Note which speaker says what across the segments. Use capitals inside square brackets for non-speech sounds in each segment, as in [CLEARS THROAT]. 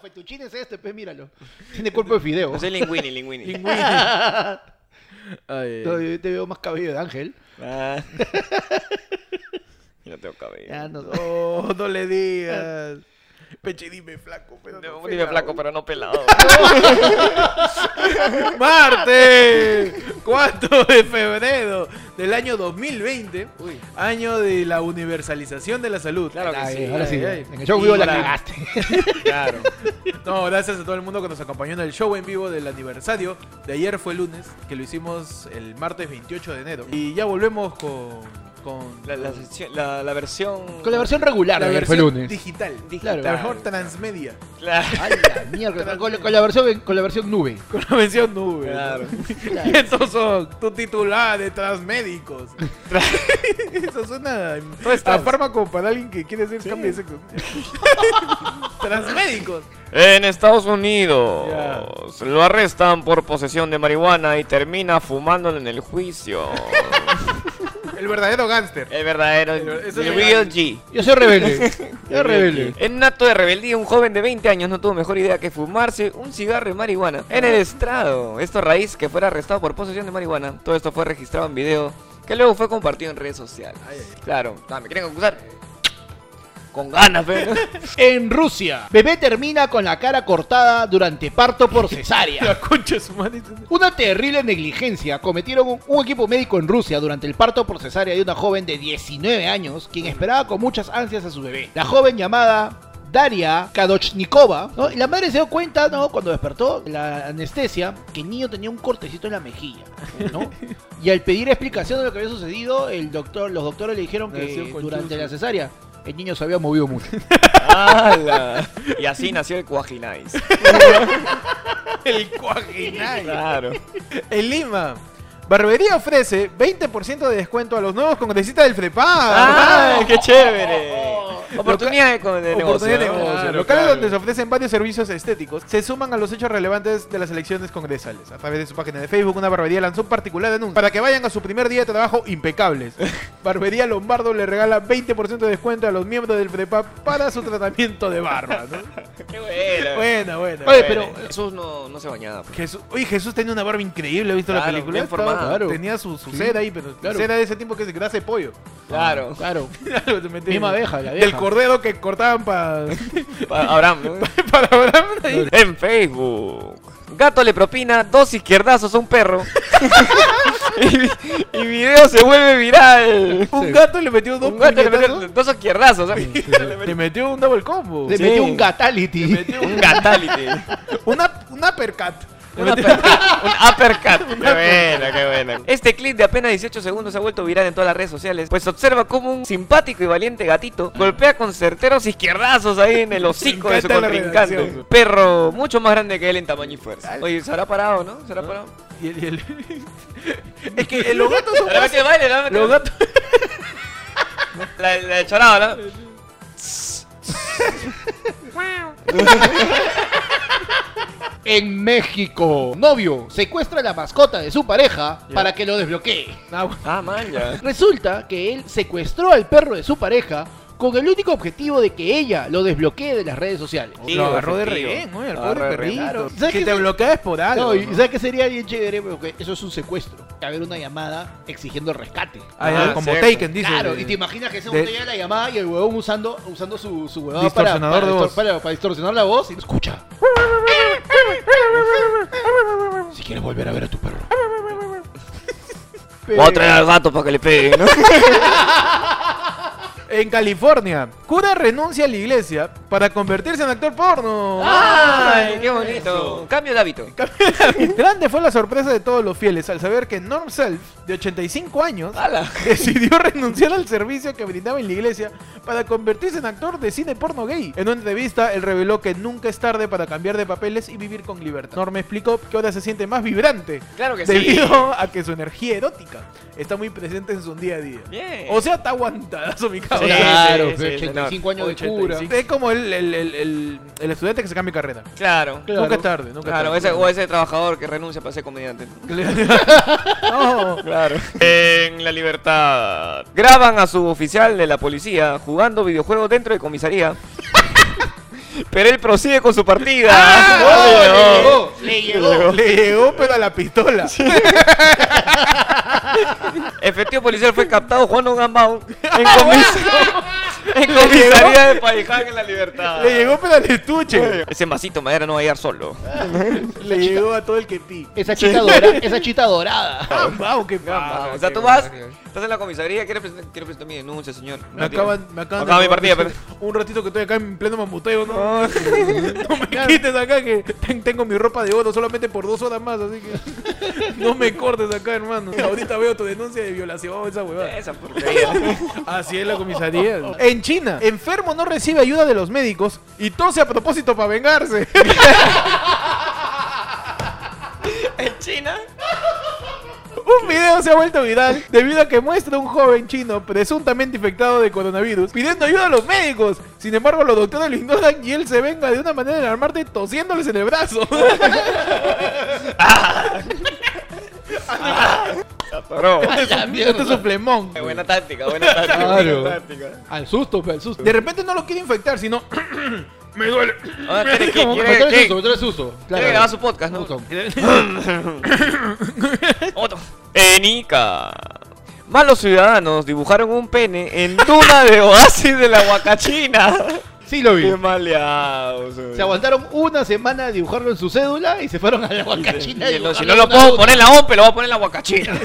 Speaker 1: fettuccine es este, pues míralo. [LAUGHS] Tiene cuerpo de fideo.
Speaker 2: No soy Linguini, Linguini. [LAUGHS]
Speaker 3: Ay, ay, ay.
Speaker 1: Todavía te veo más cabello de ángel.
Speaker 2: Ah. [LAUGHS] Yo no tengo cabello.
Speaker 1: Ya no
Speaker 3: No, no le digas. Peche, dime flaco, pero
Speaker 2: No,
Speaker 3: no
Speaker 2: dime flaco, pero no pelado.
Speaker 3: Marte, 4 de febrero del año 2020, año de la universalización de la salud.
Speaker 2: Claro que
Speaker 1: Ay,
Speaker 2: sí.
Speaker 1: ahora sí.
Speaker 3: ay, ay.
Speaker 1: En el show vivo
Speaker 3: Y
Speaker 1: la
Speaker 3: para-
Speaker 1: cagaste. [LAUGHS]
Speaker 3: Claro. No, gracias a todo el mundo que nos acompañó en el show en vivo del aniversario. De ayer fue lunes, que lo hicimos el martes 28 de enero. Y ya volvemos con, con
Speaker 2: La, la, sección- la- la versión.
Speaker 1: Con la versión regular
Speaker 3: la
Speaker 1: de ayer fue
Speaker 3: versión
Speaker 1: lunes.
Speaker 3: digital.
Speaker 2: Digital.
Speaker 3: La mejor transmedia.
Speaker 2: Claro.
Speaker 1: Ay, la [LAUGHS] mierda. Con, la- con la versión, con la versión nube.
Speaker 3: Con la mención nube.
Speaker 2: Claro.
Speaker 3: Y estos son tu titular de [LAUGHS] transmédicos. Eso suena a fármaco para alguien que quiere hacer cambio de [LAUGHS] sexo. transmédicos.
Speaker 2: En Estados Unidos
Speaker 3: Ya.
Speaker 2: lo arrestan por posesión de marihuana y termina fumándolo en el juicio.
Speaker 3: El verdadero gángster.
Speaker 2: el verdadero.
Speaker 3: El ver-
Speaker 2: El,
Speaker 3: eso es
Speaker 2: real
Speaker 3: legal.
Speaker 2: G.
Speaker 1: Yo soy rebelde. Yo soy rebelde.
Speaker 2: En un acto de rebeldía, un joven de 20 años no tuvo mejor idea que fumarse un cigarro de marihuana en el estrado. Esto a raíz que fuera arrestado por posesión de marihuana. Todo esto fue registrado en video que luego fue compartido en redes sociales.
Speaker 3: Ay, ay.
Speaker 2: Claro, ah, me quieren acusar. Con ganas, pero.
Speaker 1: En Rusia, bebé termina con la cara cortada durante parto por cesárea.
Speaker 3: [LAUGHS] La concha de su madre.
Speaker 1: Una terrible negligencia cometieron un, un equipo médico en Rusia durante el parto por cesárea de una joven de 19 años, quien esperaba con muchas ansias a su bebé. La joven llamada Daria Kadochnikova, ¿no? Y la madre se dio cuenta, ¿no? Cuando despertó la anestesia, que el niño tenía un cortecito en la mejilla, ¿no? Y al pedir explicación de lo que había sucedido, el doctor, los doctores le dijeron
Speaker 3: Le decían
Speaker 1: que
Speaker 3: con
Speaker 1: durante
Speaker 3: chuzo.
Speaker 1: la cesárea el niño se había movido mucho.
Speaker 2: ¡Hala! Y así nació el Cuajinais.
Speaker 3: El cuajinay.
Speaker 2: Claro.
Speaker 3: En Lima, Barbería ofrece 20% de descuento a los nuevos congresistas del FREPAD. Ah.
Speaker 2: ¡Ay, qué chévere! Oportunidad de, con- de negocio.
Speaker 3: Oportunidad de
Speaker 2: ¿no?
Speaker 3: negocio.
Speaker 2: Claro,
Speaker 3: Locales
Speaker 2: claro.
Speaker 3: donde se ofrecen varios servicios estéticos se suman a los hechos relevantes de las elecciones congresales. A través de su página de Facebook, una barbería lanzó un particular anuncio para que vayan a su primer día de trabajo impecables. barbería Lombardo le regala 20% de descuento a los miembros del FREPAP para su tratamiento de barba. ¿no?
Speaker 2: ¡Qué bueno!
Speaker 3: Buena,
Speaker 1: Oye,
Speaker 3: buena.
Speaker 2: Bueno,
Speaker 1: pero-
Speaker 2: Jesús no, no se bañaba. pues.
Speaker 3: Jesús, oye, Jesús tenía una barba increíble, ¿has visto la
Speaker 2: Claro,
Speaker 3: película?
Speaker 2: bien formada.
Speaker 3: Estaba-
Speaker 1: Claro.
Speaker 3: Tenía su, su
Speaker 1: Sí.
Speaker 3: cera ahí, pero
Speaker 1: Claro.
Speaker 3: cera de ese tiempo que se grasa de pollo.
Speaker 2: Claro.
Speaker 1: Claro.
Speaker 3: Claro, se metía-
Speaker 1: Misma abeja, la
Speaker 3: Del
Speaker 1: abeja.
Speaker 3: cordero que cortaban para...
Speaker 2: Pa- Abraham.
Speaker 3: [LAUGHS]
Speaker 2: ¿no?
Speaker 3: para Abraham, ahí.
Speaker 2: En Facebook. Gato le propina dos izquierdazos a un perro. [LAUGHS] y, vi- y video se vuelve viral.
Speaker 3: Un gato le metió dos
Speaker 2: Un gato le metió
Speaker 3: puñetazos.
Speaker 2: dos izquierdazos.
Speaker 3: [LAUGHS]
Speaker 2: ¿sabes?
Speaker 3: [LAUGHS] Le metió un double combo.
Speaker 1: Le
Speaker 2: Sí.
Speaker 1: metió un gatality.
Speaker 2: un gatality.
Speaker 3: Una, una uppercut. Le
Speaker 2: Un
Speaker 3: metió-
Speaker 2: uppercut. Un uppercut. [LAUGHS] Qué bueno, qué bueno. Este clip de apenas 18 segundos se ha vuelto viral en todas las redes sociales. Pues observa cómo un simpático y valiente gatito golpea con certeros izquierdazos ahí en el hocico
Speaker 3: Me
Speaker 2: de su
Speaker 3: encanta la
Speaker 2: contrincante.
Speaker 3: redacción.
Speaker 2: Perro mucho más grande que él en tamaño y fuerza. Oye, ¿se habrá parado, no? ¿Se habrá [LAUGHS] parado?
Speaker 3: y el- y el- es que los gatos son
Speaker 2: La verdad
Speaker 3: más-
Speaker 2: que baile, la verdad que-
Speaker 3: Los gatos...
Speaker 2: [LAUGHS] La, la de Chorado, ¿no?
Speaker 1: En México, novio secuestra a la mascota de su pareja para que lo desbloquee.
Speaker 3: Ah, bueno.
Speaker 2: Ah, man, ya.
Speaker 1: [LAUGHS] Resulta que él secuestró al perro de su pareja con el único objetivo de que ella lo desbloquee de las redes sociales.
Speaker 2: Sí,
Speaker 3: lo agarró de
Speaker 2: efectivo.
Speaker 3: rehén, ¿no? El
Speaker 2: Lo
Speaker 3: pobre
Speaker 2: agarró de rehén.
Speaker 3: perrito.
Speaker 1: ¿Sabes
Speaker 3: Que
Speaker 1: qué
Speaker 3: te
Speaker 1: se-
Speaker 3: bloqueas por algo.
Speaker 1: Ah, No, y
Speaker 3: ¿no?
Speaker 1: ¿sabes qué sería bien chévere? Porque eso es un secuestro. Que haber una llamada exigiendo rescate.
Speaker 3: Ah, ya,
Speaker 2: Ah,
Speaker 3: como
Speaker 2: cierto.
Speaker 3: Taken, dice.
Speaker 1: claro, y te imaginas que esa
Speaker 3: de-
Speaker 1: botella eh, de la llamada y el huevón usando, usando su, su huevada para,
Speaker 3: Distorsionador
Speaker 1: para
Speaker 3: de
Speaker 1: distor-
Speaker 3: voz.
Speaker 1: para- para distorsionar la voz. Y escucha. Si quieres volver a ver a tu perro.
Speaker 2: Voy a traer al gato para que le pegue, ¿no?
Speaker 3: En California, cura renuncia a la iglesia para convertirse en actor porno.
Speaker 2: [LAUGHS] Ah, ¡Ay, qué bonito! Cambio de hábito.
Speaker 3: [LAUGHS] Grande fue la sorpresa de todos los fieles al saber que Norm Self, de 85 años, [LAUGHS]
Speaker 2: ¡Hala!
Speaker 3: decidió renunciar al servicio que brindaba en la iglesia para convertirse en actor de cine porno gay. En una entrevista, él reveló que nunca es tarde para cambiar de papeles y vivir con libertad. Norm explicó que ahora se siente más vibrante
Speaker 2: Claro que
Speaker 3: debido
Speaker 2: sí.
Speaker 3: a que su energía erótica está muy presente en su día a día.
Speaker 2: Bien.
Speaker 3: O sea, está aguantadazo mi
Speaker 2: Sí,
Speaker 3: cabrón.
Speaker 1: claro,
Speaker 2: sí,
Speaker 1: pero
Speaker 2: sí,
Speaker 1: 85 años de
Speaker 3: 85.
Speaker 1: cura.
Speaker 3: Es como el, el- el- el- el estudiante que se cambia de carrera.
Speaker 2: Claro.
Speaker 1: Claro.
Speaker 3: Nunca es tarde, nunca es
Speaker 2: Claro,
Speaker 3: tarde.
Speaker 2: ese, o ese trabajador que renuncia para ser comediante.
Speaker 3: No.
Speaker 2: Claro. En la libertad. Graban a su oficial de la policía jugando videojuegos dentro de comisaría. Pero él prosigue con su partida.
Speaker 1: ¡Ah!
Speaker 2: ¡Oh!
Speaker 1: ¡Oh, le llegó! Le llegó.
Speaker 3: Le llegó, pero a la pistola.
Speaker 2: Efectivo policial fue captado jugando gambao en, comis- en comisaría de Paiján en la libertad.
Speaker 3: Le llegó, pero al estuche.
Speaker 2: Ese masito de madera no va a llegar solo.
Speaker 3: Le llegó a todo el que ti.
Speaker 1: Esa chita, dora- esa chita dorada.
Speaker 3: Gambao, qué
Speaker 2: Ah,
Speaker 3: gamba.
Speaker 2: o sea, tú vas, estás en la comisaría, quiero presentar, quiero presentar mi denuncia, señor.
Speaker 3: Me acaban, me acaban
Speaker 2: Acaba mi
Speaker 3: robar
Speaker 2: partida, Ah.
Speaker 3: mi- Un ratito que estoy acá en pleno mamuteo, ¿no?
Speaker 2: No.
Speaker 3: No me quites acá que ten- tengo mi ropa de oro solamente por dos horas más, así que no me cortes
Speaker 2: [LAUGHS]
Speaker 3: acá, hermano. Ahorita veo tu denuncia de violación, esa huevada.
Speaker 2: Esa porquería.
Speaker 3: Así es la
Speaker 2: [LAUGHS]
Speaker 3: comisaría. En China, enfermo no recibe ayuda de los médicos y tose a propósito para vengarse.
Speaker 2: ¿En China?
Speaker 3: Un video se ha vuelto viral debido a que muestra a un joven chino presuntamente infectado de coronavirus pidiendo ayuda a los médicos. Sin embargo, los doctores lo ignoran y él se venga de una manera alarmante tosiéndoles en el brazo.
Speaker 2: [LAUGHS]
Speaker 1: [LAUGHS]
Speaker 2: Pero,
Speaker 1: La
Speaker 3: Este es
Speaker 1: mierda.
Speaker 3: un plemón.
Speaker 2: [LAUGHS] buena táctica, buena [LAUGHS] táctica.
Speaker 1: Claro.
Speaker 2: buena táctica.
Speaker 1: Al susto, pe, al susto.
Speaker 3: De repente no lo quiere infectar, sino. [CLEARS THROAT] me duele.
Speaker 2: Ah, tiene que-
Speaker 1: Como- como
Speaker 2: quiere-
Speaker 1: tú eres
Speaker 2: quiere-
Speaker 1: susto, tú eres susto.
Speaker 2: Tiene que grabar su podcast, ¿no?
Speaker 1: Susto.
Speaker 2: [LAUGHS] Otro. Penica. Malos ciudadanos dibujaron un pene en duna de oasis de la Huacachina.
Speaker 1: Sí lo vi.
Speaker 2: Qué maleados.
Speaker 1: Se aguantaron una semana a dibujarlo en su cédula y se fueron a la guacachina. a
Speaker 2: Si
Speaker 1: dibujarlo
Speaker 2: no
Speaker 1: en
Speaker 2: lo
Speaker 1: una
Speaker 2: puedo
Speaker 1: duda.
Speaker 2: poner en la OPE, lo voy a poner en la Huacachina.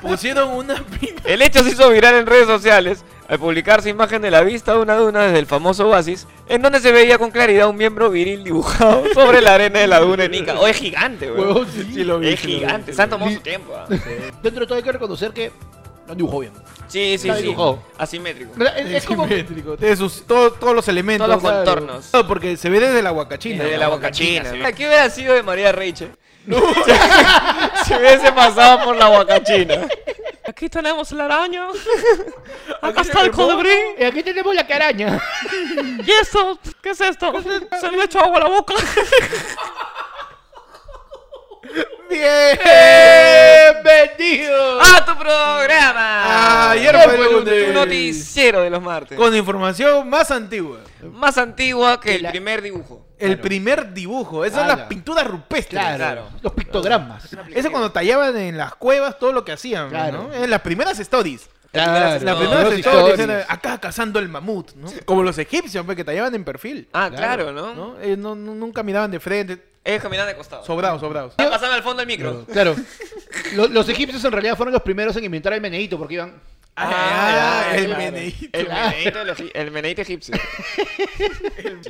Speaker 3: Pusieron una pinta.
Speaker 2: El hecho se hizo viral en redes sociales al publicarse imagen de la vista de una duna desde el famoso oasis, en donde se veía con claridad un miembro viril dibujado [LAUGHS] sobre la arena de la duna de Nica. Oh, es gigante,
Speaker 1: Huevón,
Speaker 2: weón.
Speaker 1: [LAUGHS] sí.
Speaker 2: Es gigante, se han tomado su tiempo. ah.
Speaker 1: Dentro de todo hay que reconocer que lo dibujó bien.
Speaker 2: Sí, sí,
Speaker 1: Está
Speaker 2: sí.
Speaker 1: dibujado.
Speaker 2: Asimétrico.
Speaker 1: Es, es como...
Speaker 3: Tiene sus, todo- todos los elementos.
Speaker 2: Todos los contornos.
Speaker 3: Claro, porque se ve desde la guacachina.
Speaker 2: Desde la Huacachina. se ve. ¿Qué hubiera sido de María Reiche? [LAUGHS] si hubiese pasado por la Huacachina. Aquí tenemos el
Speaker 3: [LAUGHS]
Speaker 2: araño. Acá está el colibrí.
Speaker 1: Eh, Aquí tenemos la caraña.
Speaker 2: ¿Y esto? ¿Qué es esto? Se le ha hecho agua a la boca. ¡Eh!
Speaker 1: ¡Bienvenido!
Speaker 2: ¡A tu programa!
Speaker 3: Ayer
Speaker 1: fue
Speaker 3: fue el
Speaker 1: lunes.
Speaker 2: Tu noticiero de los martes.
Speaker 3: Con información más antigua.
Speaker 2: Más antigua que
Speaker 1: Que
Speaker 2: el
Speaker 1: la-
Speaker 2: primer dibujo.
Speaker 3: El primer dibujo. Esas
Speaker 1: Claro.
Speaker 3: son las pinturas
Speaker 1: [LAUGHS]
Speaker 3: rupestres.
Speaker 1: Claro,
Speaker 2: Claro.
Speaker 1: los pictogramas.
Speaker 3: Eso cuando tallaban en las cuevas todo lo que hacían,
Speaker 1: Claro.
Speaker 3: ¿no? En las primeras stories.
Speaker 1: Claro,
Speaker 3: Las
Speaker 2: No,
Speaker 3: primeras
Speaker 1: los
Speaker 3: stories,
Speaker 1: stories.
Speaker 3: eran acá cazando el mamut, ¿no? Como los egipcios, pues, que tallaban en perfil.
Speaker 2: Ah, claro, ¿no?
Speaker 3: ¿no? Ellos no- no- nunca miraban de frente.
Speaker 2: Ellos caminaban de costado.
Speaker 3: Sobrados, sobrados.
Speaker 2: Está pasando al fondo del micro.
Speaker 1: Claro. Lo- los egipcios en realidad fueron los primeros en inventar el meneíto porque iban.
Speaker 3: Ah,
Speaker 2: ya,
Speaker 3: el
Speaker 2: claro.
Speaker 3: meneíto.
Speaker 2: El meneíto, de los egip- el meneíto egipcio.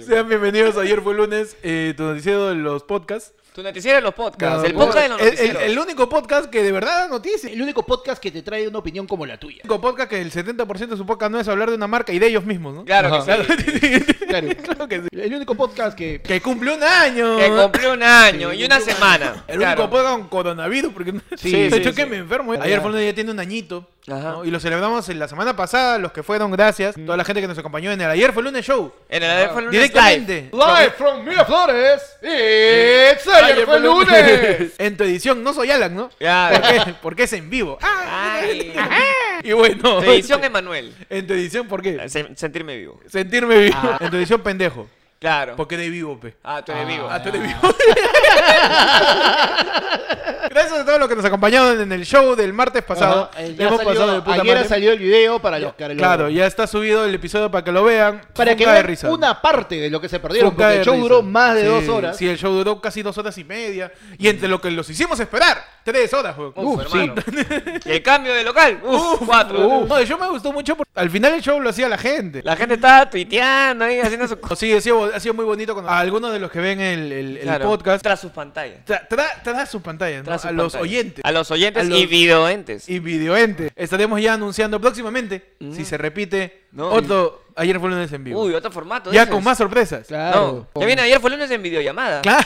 Speaker 3: Sean bienvenidos a Ayer fue lunes, eh, tu noticiero de los podcasts.
Speaker 2: Tu noticiero de los podcasts. el
Speaker 3: No,
Speaker 2: podcast de los
Speaker 3: el, el-
Speaker 2: noticieros.
Speaker 3: el único podcast que de verdad da noticias. El
Speaker 1: El único podcast que te trae una opinión como la tuya.
Speaker 3: único podcast que el 70% de su podcast no es hablar de una marca y de ellos mismos, ¿no?
Speaker 2: Claro
Speaker 1: Ajá.
Speaker 2: que sí.
Speaker 1: Claro.
Speaker 3: [LAUGHS] Claro que sí.
Speaker 1: El único podcast que.
Speaker 3: Que cumplió un año.
Speaker 2: Que cumplió un año y una semana.
Speaker 3: El
Speaker 2: Claro.
Speaker 3: único podcast con coronavirus, porque no-
Speaker 1: Sí,
Speaker 3: [LAUGHS] de
Speaker 1: sí,
Speaker 3: hecho
Speaker 1: sí.
Speaker 3: que me enfermo. ¿eh? Ayer fue un día, ya tiene un añito.
Speaker 2: Ajá.
Speaker 3: ¿no? Y lo celebramos en la semana pasada, los que fueron, gracias. Toda la gente que nos acompañó en el ayer fue lunes show.
Speaker 2: En el ayer fue el lunes
Speaker 3: Directamente.
Speaker 2: live.
Speaker 1: from Miraflores. It's ayer fue
Speaker 3: en tu edición, no soy Alan, ¿no?
Speaker 2: Claro.
Speaker 3: [LAUGHS] ¿Por qué? Porque es en vivo. Ah,
Speaker 2: Ay.
Speaker 3: y bueno.
Speaker 2: Tu edición Emanuel.
Speaker 3: [LAUGHS] En tu edición, ¿por qué?
Speaker 2: Se- Sentirme vivo.
Speaker 3: Sentirme vivo.
Speaker 2: Ah.
Speaker 3: En tu edición, pendejo.
Speaker 2: Claro.
Speaker 3: Porque de vivo, pe.
Speaker 2: Ah, tú eres vivo.
Speaker 3: Ah, tú eres vivo. Gracias a todos los que nos acompañaron en el show del martes [LAUGHS] pasado. Hemos pasado de puta
Speaker 1: ayer ha
Speaker 3: madre.
Speaker 1: salido el video para los que lo-
Speaker 3: Claro, ya está subido el episodio para que lo vean.
Speaker 1: Para que
Speaker 3: Funca de
Speaker 1: vean
Speaker 3: risa.
Speaker 1: una parte de lo que se perdieron,
Speaker 3: Funca
Speaker 1: porque
Speaker 3: de
Speaker 1: el show
Speaker 3: risa.
Speaker 1: duró más de
Speaker 3: Sí,
Speaker 1: dos horas.
Speaker 3: Sí, el show duró casi dos horas y media. Y entre lo que los hicimos esperar, tres horas, weón.
Speaker 2: Uf,
Speaker 1: Uf, sí.
Speaker 2: hermano. Y el cambio de local. Uf, cuatro.
Speaker 3: No, yo me gustó mucho porque al final el show lo hacía la gente.
Speaker 2: La gente estaba tuiteando ahí, haciendo su...
Speaker 3: Sí, ha sido, ha sido muy bonito con a algunos de los que ven el, el- el
Speaker 2: Claro,
Speaker 3: podcast.
Speaker 2: Tras sus pantallas.
Speaker 3: Tra- tra- Tras sus pantallas, ¿no?
Speaker 2: Tras sus
Speaker 3: a los
Speaker 2: pantallas.
Speaker 3: oyentes.
Speaker 2: A los oyentes
Speaker 3: A los-
Speaker 2: y videoentes.
Speaker 3: y videoente. Estaremos ya anunciando próximamente, si se repite,
Speaker 2: No.
Speaker 3: otro Ayer fue lunes en vivo.
Speaker 2: Uy, otro formato. de
Speaker 3: ya
Speaker 2: esos.
Speaker 3: con más sorpresas.
Speaker 1: Claro.
Speaker 2: No, ya viene ayer fue lunes en videollamada.
Speaker 3: Claro.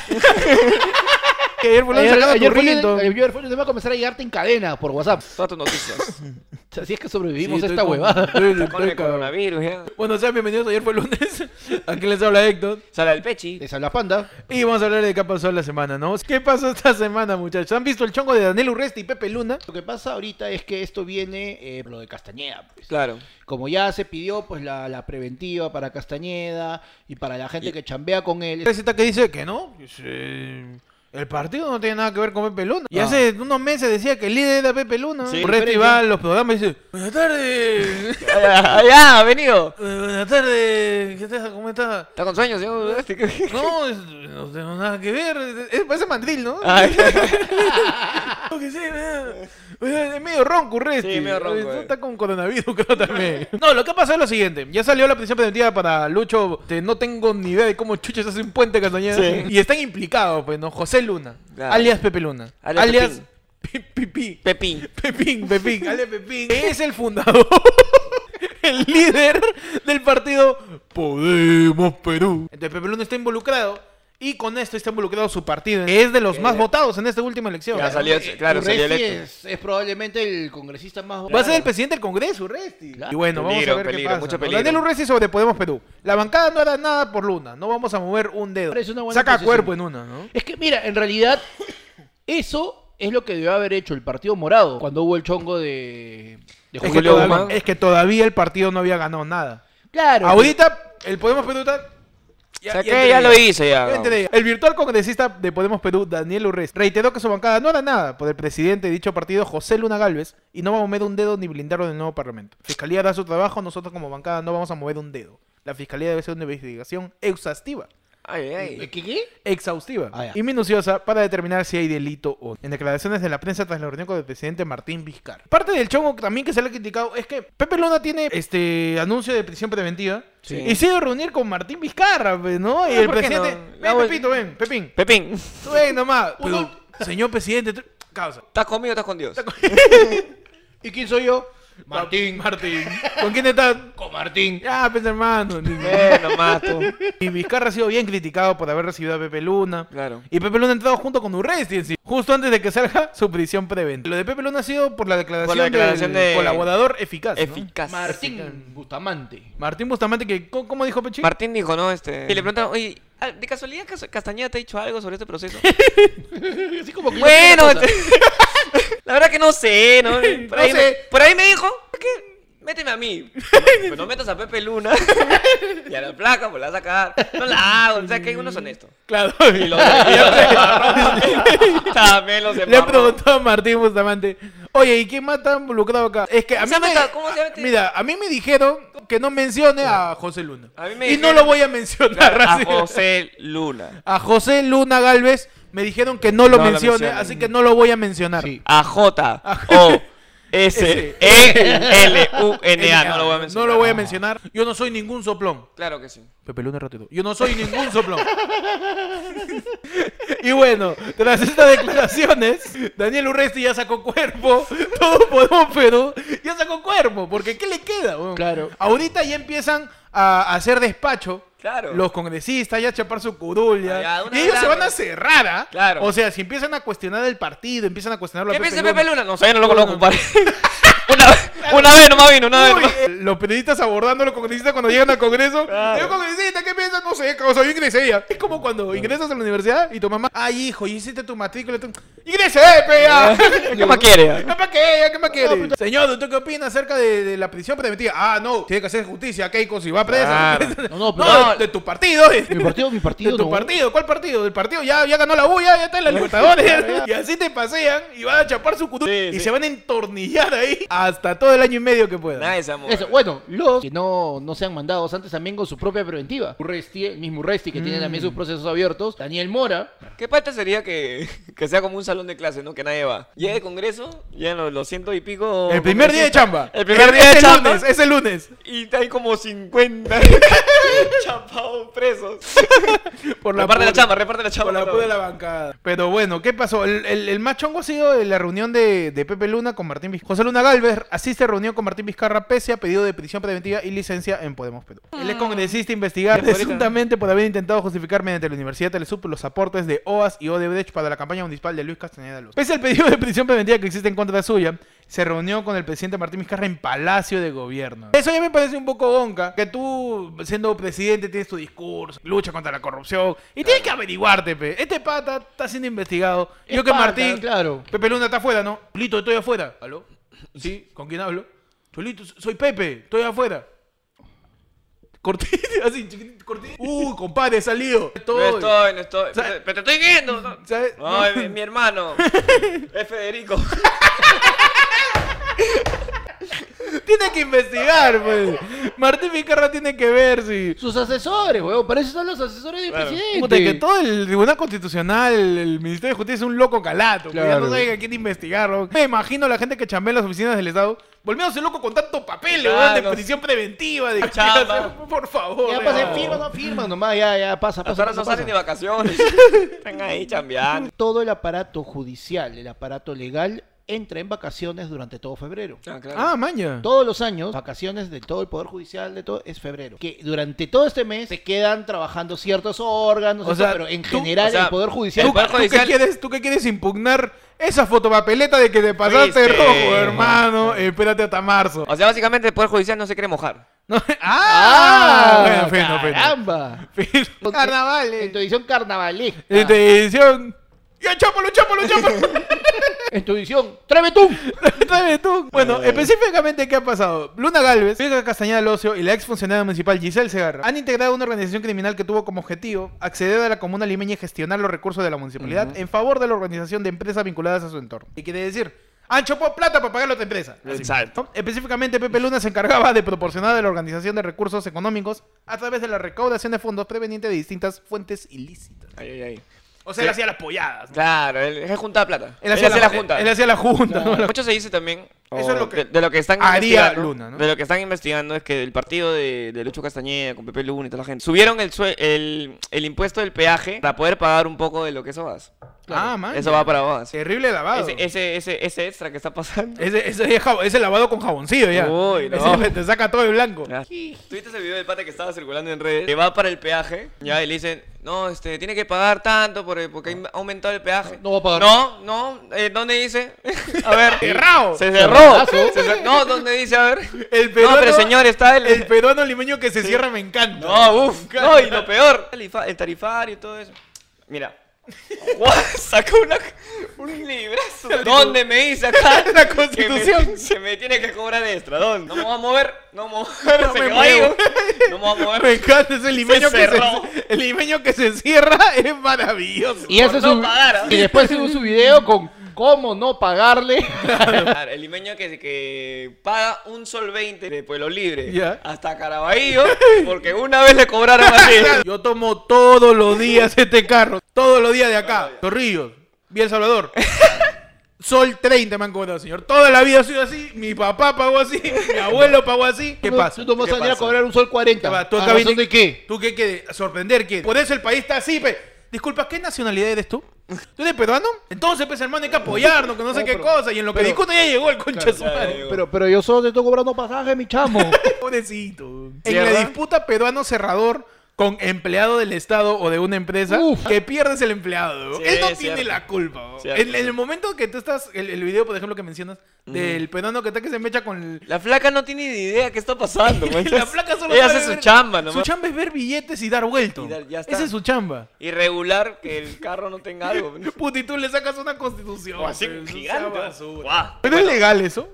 Speaker 3: Que ayer fulano
Speaker 1: Ayer,
Speaker 3: sacaba tu
Speaker 1: ayer fue el-
Speaker 3: rinto.
Speaker 1: ayer fue el- te va a comenzar a llegarte en cadena por WhatsApp.
Speaker 2: Todas tus noticias.
Speaker 1: O sea, Si es que sobrevivimos
Speaker 3: Sí,
Speaker 1: a
Speaker 3: estoy
Speaker 1: esta
Speaker 3: con-
Speaker 1: huevada.
Speaker 3: [LAUGHS] estoy- estoy
Speaker 2: Con el
Speaker 3: cabrón.
Speaker 2: coronavirus, ya.
Speaker 3: Bueno, sean bienvenidos. Ayer fue el lunes. [LAUGHS] Aquí les habla Héctor.
Speaker 2: Sala del pechi.
Speaker 1: Les habla Panda.
Speaker 3: Y vamos a hablar de qué pasó la semana, ¿no? ¿Qué pasó esta semana, muchachos? ¿Han visto el chongo de Daniel Urresti y Pepe Luna?
Speaker 1: Lo que pasa ahorita es que esto viene eh, por lo de Castañeda. pues.
Speaker 2: Claro.
Speaker 1: Como ya se pidió pues la, la preventiva para Castañeda y para la gente
Speaker 2: Y-
Speaker 1: que chambea con él.
Speaker 3: Receta que dice que no. eh, El partido no tiene nada que ver con Pepe Luna. Y
Speaker 2: Ah.
Speaker 3: hace unos meses decía que el líder era Pepe Luna.
Speaker 2: Sí,
Speaker 3: Urresti
Speaker 1: pero
Speaker 3: va
Speaker 1: yo-
Speaker 3: a los programas y dice:
Speaker 2: [LAUGHS]
Speaker 3: Buenas tardes.
Speaker 2: ¡Allá, allá, ha venido!
Speaker 3: eh, [LAUGHS] Buenas tardes. ¿Qué tal? ¿Cómo estás?
Speaker 2: ¿Está con sueños, [LAUGHS] señor? ¿Qué-
Speaker 3: No, es- no tengo nada que ver. Es, parece mandril, ¿no? [LAUGHS]
Speaker 2: Ay.
Speaker 3: Lo que sé, ¿verdad? Oye, Es medio ronco, Urresti.
Speaker 2: Sí, medio ronco,
Speaker 3: Oye,
Speaker 2: eh.
Speaker 3: Está con coronavirus, [LAUGHS] creo también. No, lo que ha pasado es lo siguiente. Ya salió la prisión preventiva para Lucho. Este, no tengo ni idea de cómo chuches hace un puente Castañeda.
Speaker 2: Sí.
Speaker 3: Y están implicados, pues, ¿no? José Luna.
Speaker 2: Claro.
Speaker 3: Alias Pepe Luna.
Speaker 2: Alias
Speaker 3: Alias Pi- Pipí.
Speaker 2: Pepín.
Speaker 3: Pepín, Pepín, Ale Pepín. [LAUGHS] Es el fundador, el líder del partido Podemos Perú. Entonces Pepe Luna está involucrado y con esto está involucrado su partido, Eh, que es de los más votados en esta última elección.
Speaker 2: Ya salió, claro,
Speaker 1: Urresti
Speaker 2: salió electo.
Speaker 1: es, es probablemente el congresista más...
Speaker 3: Va a ser el presidente del Congreso, Urresti.
Speaker 1: Claro.
Speaker 3: Y bueno, vamos
Speaker 2: Peligro,
Speaker 3: a ver
Speaker 2: peligro,
Speaker 3: qué pasa.
Speaker 2: mucho
Speaker 3: ¿no?
Speaker 2: peligro.
Speaker 3: Daniel Urresti sobre Podemos Perú. La bancada no hará nada por Luna. No vamos a mover un dedo.
Speaker 1: Parece una buena
Speaker 3: Saca
Speaker 1: posición.
Speaker 3: cuerpo en una, ¿no?
Speaker 1: Es que, mira, en realidad, eso es lo que debió haber hecho el Partido Morado cuando hubo el chongo de, de
Speaker 3: Es que,
Speaker 2: Julio
Speaker 3: todavía,
Speaker 2: Guzmán.
Speaker 3: es que todavía el partido no había ganado nada.
Speaker 1: Claro.
Speaker 3: Ahorita el Podemos Perú está...
Speaker 2: O sea, que ya lo
Speaker 3: hice.
Speaker 2: hice, ya.
Speaker 3: Yo enteré. El virtual congresista de Podemos Perú, Daniel Urresti, reiteró que su bancada no hará nada por el presidente de dicho partido, José Luna Galvez, y no va a mover un dedo ni blindarlo del nuevo parlamento. Fiscalía hará su trabajo, nosotros como bancada no vamos a mover un dedo. La fiscalía debe ser una investigación exhaustiva.
Speaker 2: Ay,
Speaker 1: Eh, ¿Qué?
Speaker 2: ay.
Speaker 1: qué?
Speaker 3: Exhaustiva
Speaker 1: Ah, ya.
Speaker 3: y minuciosa para determinar si hay delito o no. En declaraciones de la prensa tras la reunión con el presidente Martín Vizcar. Parte del chongo también que se le ha criticado es que Pepe Luna tiene este anuncio de prisión preventiva
Speaker 2: Sí.
Speaker 3: y se ha ido a reunir con Martín Vizcarra, pues, ¿no? Y
Speaker 2: Ah,
Speaker 3: el
Speaker 2: ¿por qué
Speaker 3: presidente.
Speaker 2: no? La
Speaker 3: Ven,
Speaker 2: voz-
Speaker 3: Pepito, ven, Pepín.
Speaker 2: Pepín.
Speaker 3: Tú ven nomás.
Speaker 1: Pero-
Speaker 3: Uno- señor presidente, tú- causa.
Speaker 2: ¿Estás conmigo o estás con Dios?
Speaker 1: ¿Y quién soy yo? Martín.
Speaker 3: Martín. ¿Con quién están?
Speaker 1: Con Martín.
Speaker 3: Ya, pues
Speaker 2: [LAUGHS]
Speaker 3: hermano.
Speaker 2: Eh, nomás tú.
Speaker 3: Y Vizcarra ha sido bien criticado por haber recibido a Pepe Luna.
Speaker 2: Claro.
Speaker 3: Y Pepe Luna ha entrado junto con Urresti en sí, justo antes de que salga su prisión preventiva. Lo de Pepe Luna ha sido por la declaración,
Speaker 2: Por la declaración
Speaker 3: del
Speaker 2: de-
Speaker 3: colaborador eficaz. ¿no?
Speaker 2: Eficaz.
Speaker 1: Martín Bustamante.
Speaker 3: Martín Bustamante, que, ¿cómo- ¿cómo dijo Pechi?
Speaker 2: Martín dijo, ¿no? Este... Y le preguntaron, oye, ah, ¿de casualidad Cas- Castañeda te ha dicho algo sobre este proceso?
Speaker 1: Así como que
Speaker 2: bueno,
Speaker 1: yo sé una cosa.
Speaker 2: [LAUGHS] la verdad que no sé, [LAUGHS] ¿no? Por,
Speaker 1: No
Speaker 2: ahí,
Speaker 1: sé.
Speaker 2: Me, por ahí me dijo, ¿por qué? Méteme a [LAUGHS] mí. Pero no metas a Pepe Luna [LAUGHS] y a la placa, pues la vas a cagar. No la hago, o sea que hay unos [LAUGHS] honestos.
Speaker 3: [LAUGHS] claro.
Speaker 2: Y los embarró. [LAUGHS] También los
Speaker 3: Le
Speaker 2: embarró.
Speaker 3: han preguntado a Martín Bustamante, oye, ¿y quién más está involucrado acá? Es que a mí
Speaker 2: Se llama
Speaker 3: me,
Speaker 2: acá, ¿cómo se llama este?
Speaker 3: Mira, a mí me dijeron que no mencione a José Luna.
Speaker 2: A mí me
Speaker 3: y
Speaker 2: dijeron- Ah,
Speaker 3: no lo voy a mencionar.
Speaker 2: a
Speaker 3: así.
Speaker 2: José Luna.
Speaker 3: A José Luna Galvez me dijeron que no lo
Speaker 2: No lo
Speaker 3: mencione,
Speaker 2: mencionen.
Speaker 3: así que no lo voy a mencionar. eh,
Speaker 1: Sí.
Speaker 2: A J O S E L U N E A. [LAUGHS] No lo voy a mencionar.
Speaker 3: No lo voy a mencionar. Yo no soy ningún soplón.
Speaker 2: Claro que sí.
Speaker 3: Pepe Luna ratito. Yo no soy ningún soplón. [LAUGHS] y bueno, tras estas declaraciones, Daniel Urresti ya sacó cuerpo. Todos podemos, pero ya sacó cuerpo. Porque ¿qué le queda? weón?
Speaker 1: Claro.
Speaker 3: Ahorita ya empiezan a hacer despacho.
Speaker 2: Claro. Ah,
Speaker 3: Los congresistas ya a chapar su curulla.
Speaker 2: Ya, una
Speaker 3: y ellos
Speaker 2: gran-
Speaker 3: se van a cerrar, ¿ah?
Speaker 2: Claro.
Speaker 3: O sea, si empiezan a cuestionar el partido, empiezan a cuestionar la
Speaker 2: ¿Qué piensa Pepe Luna? No sé, no lo
Speaker 3: Bueno.
Speaker 2: conozco, compadre. una, una vez nomás vino, una vez
Speaker 3: Uy,
Speaker 2: nomás.
Speaker 3: eh, los periodistas abordando a los congresistas cuando llegan al congreso.
Speaker 2: Claro.
Speaker 3: Yo, congresista, ¿qué piensas? No sé, causa, yo ingresé ya. Es como cuando ingresas a la universidad y tu mamá, ay, hijo, ya hiciste tu matrícula. tú- Ingresé,
Speaker 2: [LAUGHS]
Speaker 3: pe, ya. [LAUGHS]
Speaker 2: ¿Qué más quiere?
Speaker 3: ¿Qué más qué? ¿Qué más
Speaker 2: pues
Speaker 3: quieres? Señor, ¿usted qué opina acerca de, de la prisión preventiva? Ah, no, tiene que hacer justicia, Keiko, si va presa. [LAUGHS]
Speaker 2: Claro.
Speaker 1: No, no, pero
Speaker 3: No, de tu partido.
Speaker 1: mi partido, mi
Speaker 3: [LAUGHS] ¿De
Speaker 1: partido
Speaker 3: tu
Speaker 1: no.
Speaker 3: partido? ¿Cuál partido? Del partido ya, ya ganó la U, ya, ya está en la
Speaker 1: [LAUGHS]
Speaker 3: Libertadores. y así te pasean y van a chapar su cutu
Speaker 2: Sí,
Speaker 3: y
Speaker 2: sí.
Speaker 3: se van a entornillar ahí hasta todo el año y medio que puedan.
Speaker 2: Nada, ese amor.
Speaker 1: Eso, bueno, los que no, no sean mandados antes también con su propia preventiva. Urresti, el mismo Urresti que tiene también sus procesos abiertos. Daniel Mora.
Speaker 2: ¿Qué parte sería que, [LAUGHS] que sea como un salón de clases, no? Que nadie va. Llega el congreso, llegan los, los ciento y pico.
Speaker 3: El primer día de
Speaker 2: congresistas.
Speaker 3: chamba.
Speaker 2: El primer
Speaker 3: Es-
Speaker 2: día
Speaker 3: es
Speaker 2: de
Speaker 3: el
Speaker 2: chamba.
Speaker 3: Lunes, es el lunes.
Speaker 2: Y hay como 50 chapados presos.
Speaker 3: Por
Speaker 2: reparte la
Speaker 3: pu-
Speaker 2: chamba, reparte la chamba.
Speaker 3: Por la
Speaker 2: por
Speaker 3: pu- de
Speaker 2: favor.
Speaker 3: la bancada. Pero bueno, ¿qué pasó? El, el, el más chongo ha sido la reunión de, de Pepe Luna con Martín Vizcarra. José Luna Galvez asiste a reunión con Martín Vizcarra pese a pedido de prisión preventiva y licencia en Podemos Perú. Él es congresista investigado
Speaker 2: Ya, ahorita.
Speaker 3: presuntamente por haber intentado justificar mediante la Universidad Telesur los aportes de OAS y ODEBRECH para la campaña municipal de Luis Castañeda Luz. Pese al pedido de prisión preventiva que existe en contra suya, se reunió con el presidente Martín Vizcarra en Palacio de Gobierno. Eso ya me parece un poco bonca, que tú, siendo presidente, tienes tu discurso, lucha contra la corrupción, y tienes que averiguarte, pe. Este pata está siendo investigado. Yo que
Speaker 1: Esparta,
Speaker 3: Martín,
Speaker 1: Claro.
Speaker 3: Pepe Luna está afuera, ¿no? Chulito, estoy afuera. ¿Aló? ¿Sí? ¿Con quién hablo? Chulito, soy Pepe, estoy afuera. Corté, [LAUGHS] así, chiquitito, corté. Uy, compadre, he salido.
Speaker 2: No
Speaker 3: Estoy.
Speaker 2: estoy, no estoy.
Speaker 3: Sa-
Speaker 2: Pero te estoy viendo. no.
Speaker 3: ¿Sabes?
Speaker 2: Ay, mi, mi
Speaker 3: [LAUGHS]
Speaker 2: hermano. Es Federico.
Speaker 3: Tiene que investigar, pues. Martín Vizcarra tiene que ver si.
Speaker 1: Sus asesores, weón. Para eso son los asesores del
Speaker 2: Claro.
Speaker 1: presidente.
Speaker 3: Puta, que todo el Tribunal Constitucional, el Ministerio de Justicia es un loco calato. que Ya
Speaker 1: Claro.
Speaker 3: no saben a quién investigar. ¿no? Me imagino la gente que chambea en las oficinas del Estado. Volviéndose loco con tanto papel,
Speaker 2: Claro.
Speaker 3: weón, de prisión
Speaker 2: [LAUGHS]
Speaker 3: preventiva, de
Speaker 2: Chamba.
Speaker 3: Por favor.
Speaker 1: Ya pasa,
Speaker 3: weón.
Speaker 1: firma, no firma, nomás, ya, ya, pasa,
Speaker 2: Las
Speaker 1: pasa.
Speaker 2: horas no
Speaker 1: pasa,
Speaker 2: salen de
Speaker 1: pasa.
Speaker 3: [LAUGHS]
Speaker 2: vacaciones. Están ahí chambeando.
Speaker 1: Todo el aparato judicial, el aparato legal, entra en vacaciones durante todo febrero.
Speaker 2: Ah, claro.
Speaker 3: Ah, maña.
Speaker 1: Todos los años, vacaciones de todo el Poder Judicial, de todo, es febrero. Que durante todo este mes se quedan trabajando ciertos órganos,
Speaker 3: O
Speaker 1: eso,
Speaker 3: sea,
Speaker 1: pero en
Speaker 3: tú-
Speaker 1: general
Speaker 2: o sea,
Speaker 1: el Poder
Speaker 3: ¿Tú,
Speaker 1: Judicial...
Speaker 2: el Poder
Speaker 3: tú
Speaker 2: Judicial-
Speaker 3: qué quieres, ¿Tú qué quieres impugnar? Esa fotopapeleta de que te pasaste
Speaker 2: Fuiste,
Speaker 3: rojo, hermano. Espérate hasta marzo. [LAUGHS]
Speaker 2: O sea, básicamente el Poder Judicial no se quiere mojar.
Speaker 3: No,
Speaker 1: ¡Ah!
Speaker 3: ¡Ah! Bueno, fino, fino.
Speaker 1: ¡Caramba!
Speaker 3: Fino.
Speaker 1: En
Speaker 3: Carnavales.
Speaker 1: tu edición carnavalesca.
Speaker 3: En tu edición. ¡Ya, chápalo, chápalo, chápalo! [LAUGHS]
Speaker 1: En tu edición... ¡Tráeme tú!
Speaker 3: Dame tú. Bueno, específicamente, ¿qué ha pasado? Luna Galvez, Vega Castañeda Locio y la ex funcionaria municipal Giselle Segarra han integrado una organización criminal que tuvo como objetivo acceder a la comuna limeña y gestionar los recursos de la municipalidad en favor de la organización de empresas vinculadas a su entorno. ¿Qué quiere decir? Han chopado plata para pagar a otra empresa. Así.
Speaker 2: Exacto.
Speaker 3: Específicamente, Pepe Luna se encargaba de proporcionar a la organización de recursos económicos a través de la recaudación de fondos provenientes de distintas fuentes ilícitas.
Speaker 2: Ay, ay, ay.
Speaker 3: O sea, él hacía las polladas.
Speaker 2: Claro, él, él juntaba plata.
Speaker 3: Él hacía
Speaker 2: la, junta.
Speaker 3: Él hacía la junta. ¿no?
Speaker 2: Mucho se dice también.
Speaker 3: Eso
Speaker 2: o
Speaker 3: es lo que
Speaker 2: de, de lo que están
Speaker 3: haría
Speaker 2: investigando,
Speaker 3: Luna, ¿no?
Speaker 2: De lo que están investigando es que el partido de, de Lucho Castañeda con Pepe Luna y toda la gente subieron el, sue- el, el impuesto del peaje para poder pagar un poco de lo que eso va.
Speaker 3: Ah, man.
Speaker 2: Eso va para OAS.
Speaker 3: Terrible lavado.
Speaker 2: Ese, ese, ese, ese extra que está pasando.
Speaker 3: Ese, ese es jabo- ese lavado con jaboncillo ya.
Speaker 2: Uy, no.
Speaker 3: Ese te saca todo de blanco.
Speaker 2: Ya. ¿Tuviste ese video del pata que estaba circulando en redes? Que va para el peaje, ya, y le dicen, no, este, tiene que pagar tanto por- porque ha aumentado el peaje.
Speaker 1: No va a pagar.
Speaker 2: No, no, eh, ¿dónde dice? A ver.
Speaker 3: Cerrado.
Speaker 2: Se cerró. Se cer- No, ¿dónde dice? A ver.
Speaker 3: El
Speaker 2: No,
Speaker 3: peruano,
Speaker 2: pero señor, está el...
Speaker 3: el peruano limeño que se cierra me encanta.
Speaker 2: No, uff, no, y lo peor. tarifa- El tarifario y todo eso. Mira. [LAUGHS] Juan sacó una, un librazo. [LAUGHS] ¿Dónde me dice [LAUGHS] acá?
Speaker 3: La
Speaker 2: que me-
Speaker 3: Constitución.
Speaker 2: se me tiene [LAUGHS] que cobrar extra. ¿Dónde? No me voy a mover. No me voy a mover.
Speaker 3: No
Speaker 2: se
Speaker 3: me
Speaker 2: quedó ahí,
Speaker 3: muevo.
Speaker 2: [LAUGHS] No me voy a mover.
Speaker 3: Me encanta ese limeño que
Speaker 2: cerró.
Speaker 3: se El limeño que se cierra es maravilloso.
Speaker 1: Y, hace
Speaker 2: no
Speaker 1: su-
Speaker 2: pagar, ¿ah?
Speaker 1: y después sube su video con cómo no pagarle.
Speaker 2: Claro, el limeño que, que paga un sol 20 de Pueblo Libre
Speaker 3: Ya.
Speaker 2: hasta Caraballo porque una vez le cobraron [LAUGHS] así.
Speaker 3: Yo tomo todos los días este carro. Todos los días de acá. Torrillos. Bien
Speaker 2: [LAUGHS]
Speaker 3: Salvador. Sol 30 me han cobrado, señor. Toda la vida ha sido así. Mi papá pagó así. Mi abuelo pagó así. ¿Qué
Speaker 1: Tú no-
Speaker 3: pasa?
Speaker 1: Tú no vas
Speaker 2: ¿Qué
Speaker 1: a venir a
Speaker 2: pasa?
Speaker 1: cobrar un sol 40.
Speaker 3: Va, tú
Speaker 1: ¿A
Speaker 3: acá
Speaker 1: razón
Speaker 3: viniste-
Speaker 1: de qué?
Speaker 3: ¿Tú qué quieres? ¿Sorprender qué? Por eso el país está así, pe. Disculpa, ¿qué nacionalidad eres tú? ¿Tú eres peruano? Entonces, pues, hermano, hay que apoyarnos, que no sé qué cosa. Y en lo que
Speaker 1: pero-
Speaker 3: discute ya llegó el concha de
Speaker 2: [LAUGHS]
Speaker 3: su madre. [LAUGHS]
Speaker 1: Pero, pero yo solo te estoy cobrando pasaje, mi chamo.
Speaker 3: Pobrecito. En
Speaker 2: ¿Cierra?
Speaker 3: la disputa peruano cerrador con empleado del Estado o de una empresa,
Speaker 1: Uf.
Speaker 3: que pierdes el empleado.
Speaker 2: Sí,
Speaker 3: Él no
Speaker 2: es
Speaker 3: tiene
Speaker 2: cierto.
Speaker 3: la culpa. ¿no?
Speaker 2: Cierto. Mm.
Speaker 3: En, en el momento que tú estás, el, el video, por ejemplo, que mencionas, del peruano que está que se mecha con el,
Speaker 2: [LAUGHS] La flaca no tiene ni idea qué está pasando.
Speaker 3: [LAUGHS] la
Speaker 2: manchas.
Speaker 3: placa solo
Speaker 2: Ella
Speaker 3: sabe
Speaker 2: hace su
Speaker 3: ver-
Speaker 2: chamba
Speaker 3: Su
Speaker 2: nomás.
Speaker 3: chamba es ver billetes y dar vuelto.
Speaker 2: Y dar- ya está.
Speaker 3: Esa es su chamba.
Speaker 2: Irregular que el carro no tenga algo.
Speaker 3: [LAUGHS] Puta, y tú le sacas una constitución.
Speaker 2: O así,
Speaker 3: pues, eso
Speaker 2: gigante.
Speaker 3: sea basura.
Speaker 2: Guau.
Speaker 3: Pero es legal eso.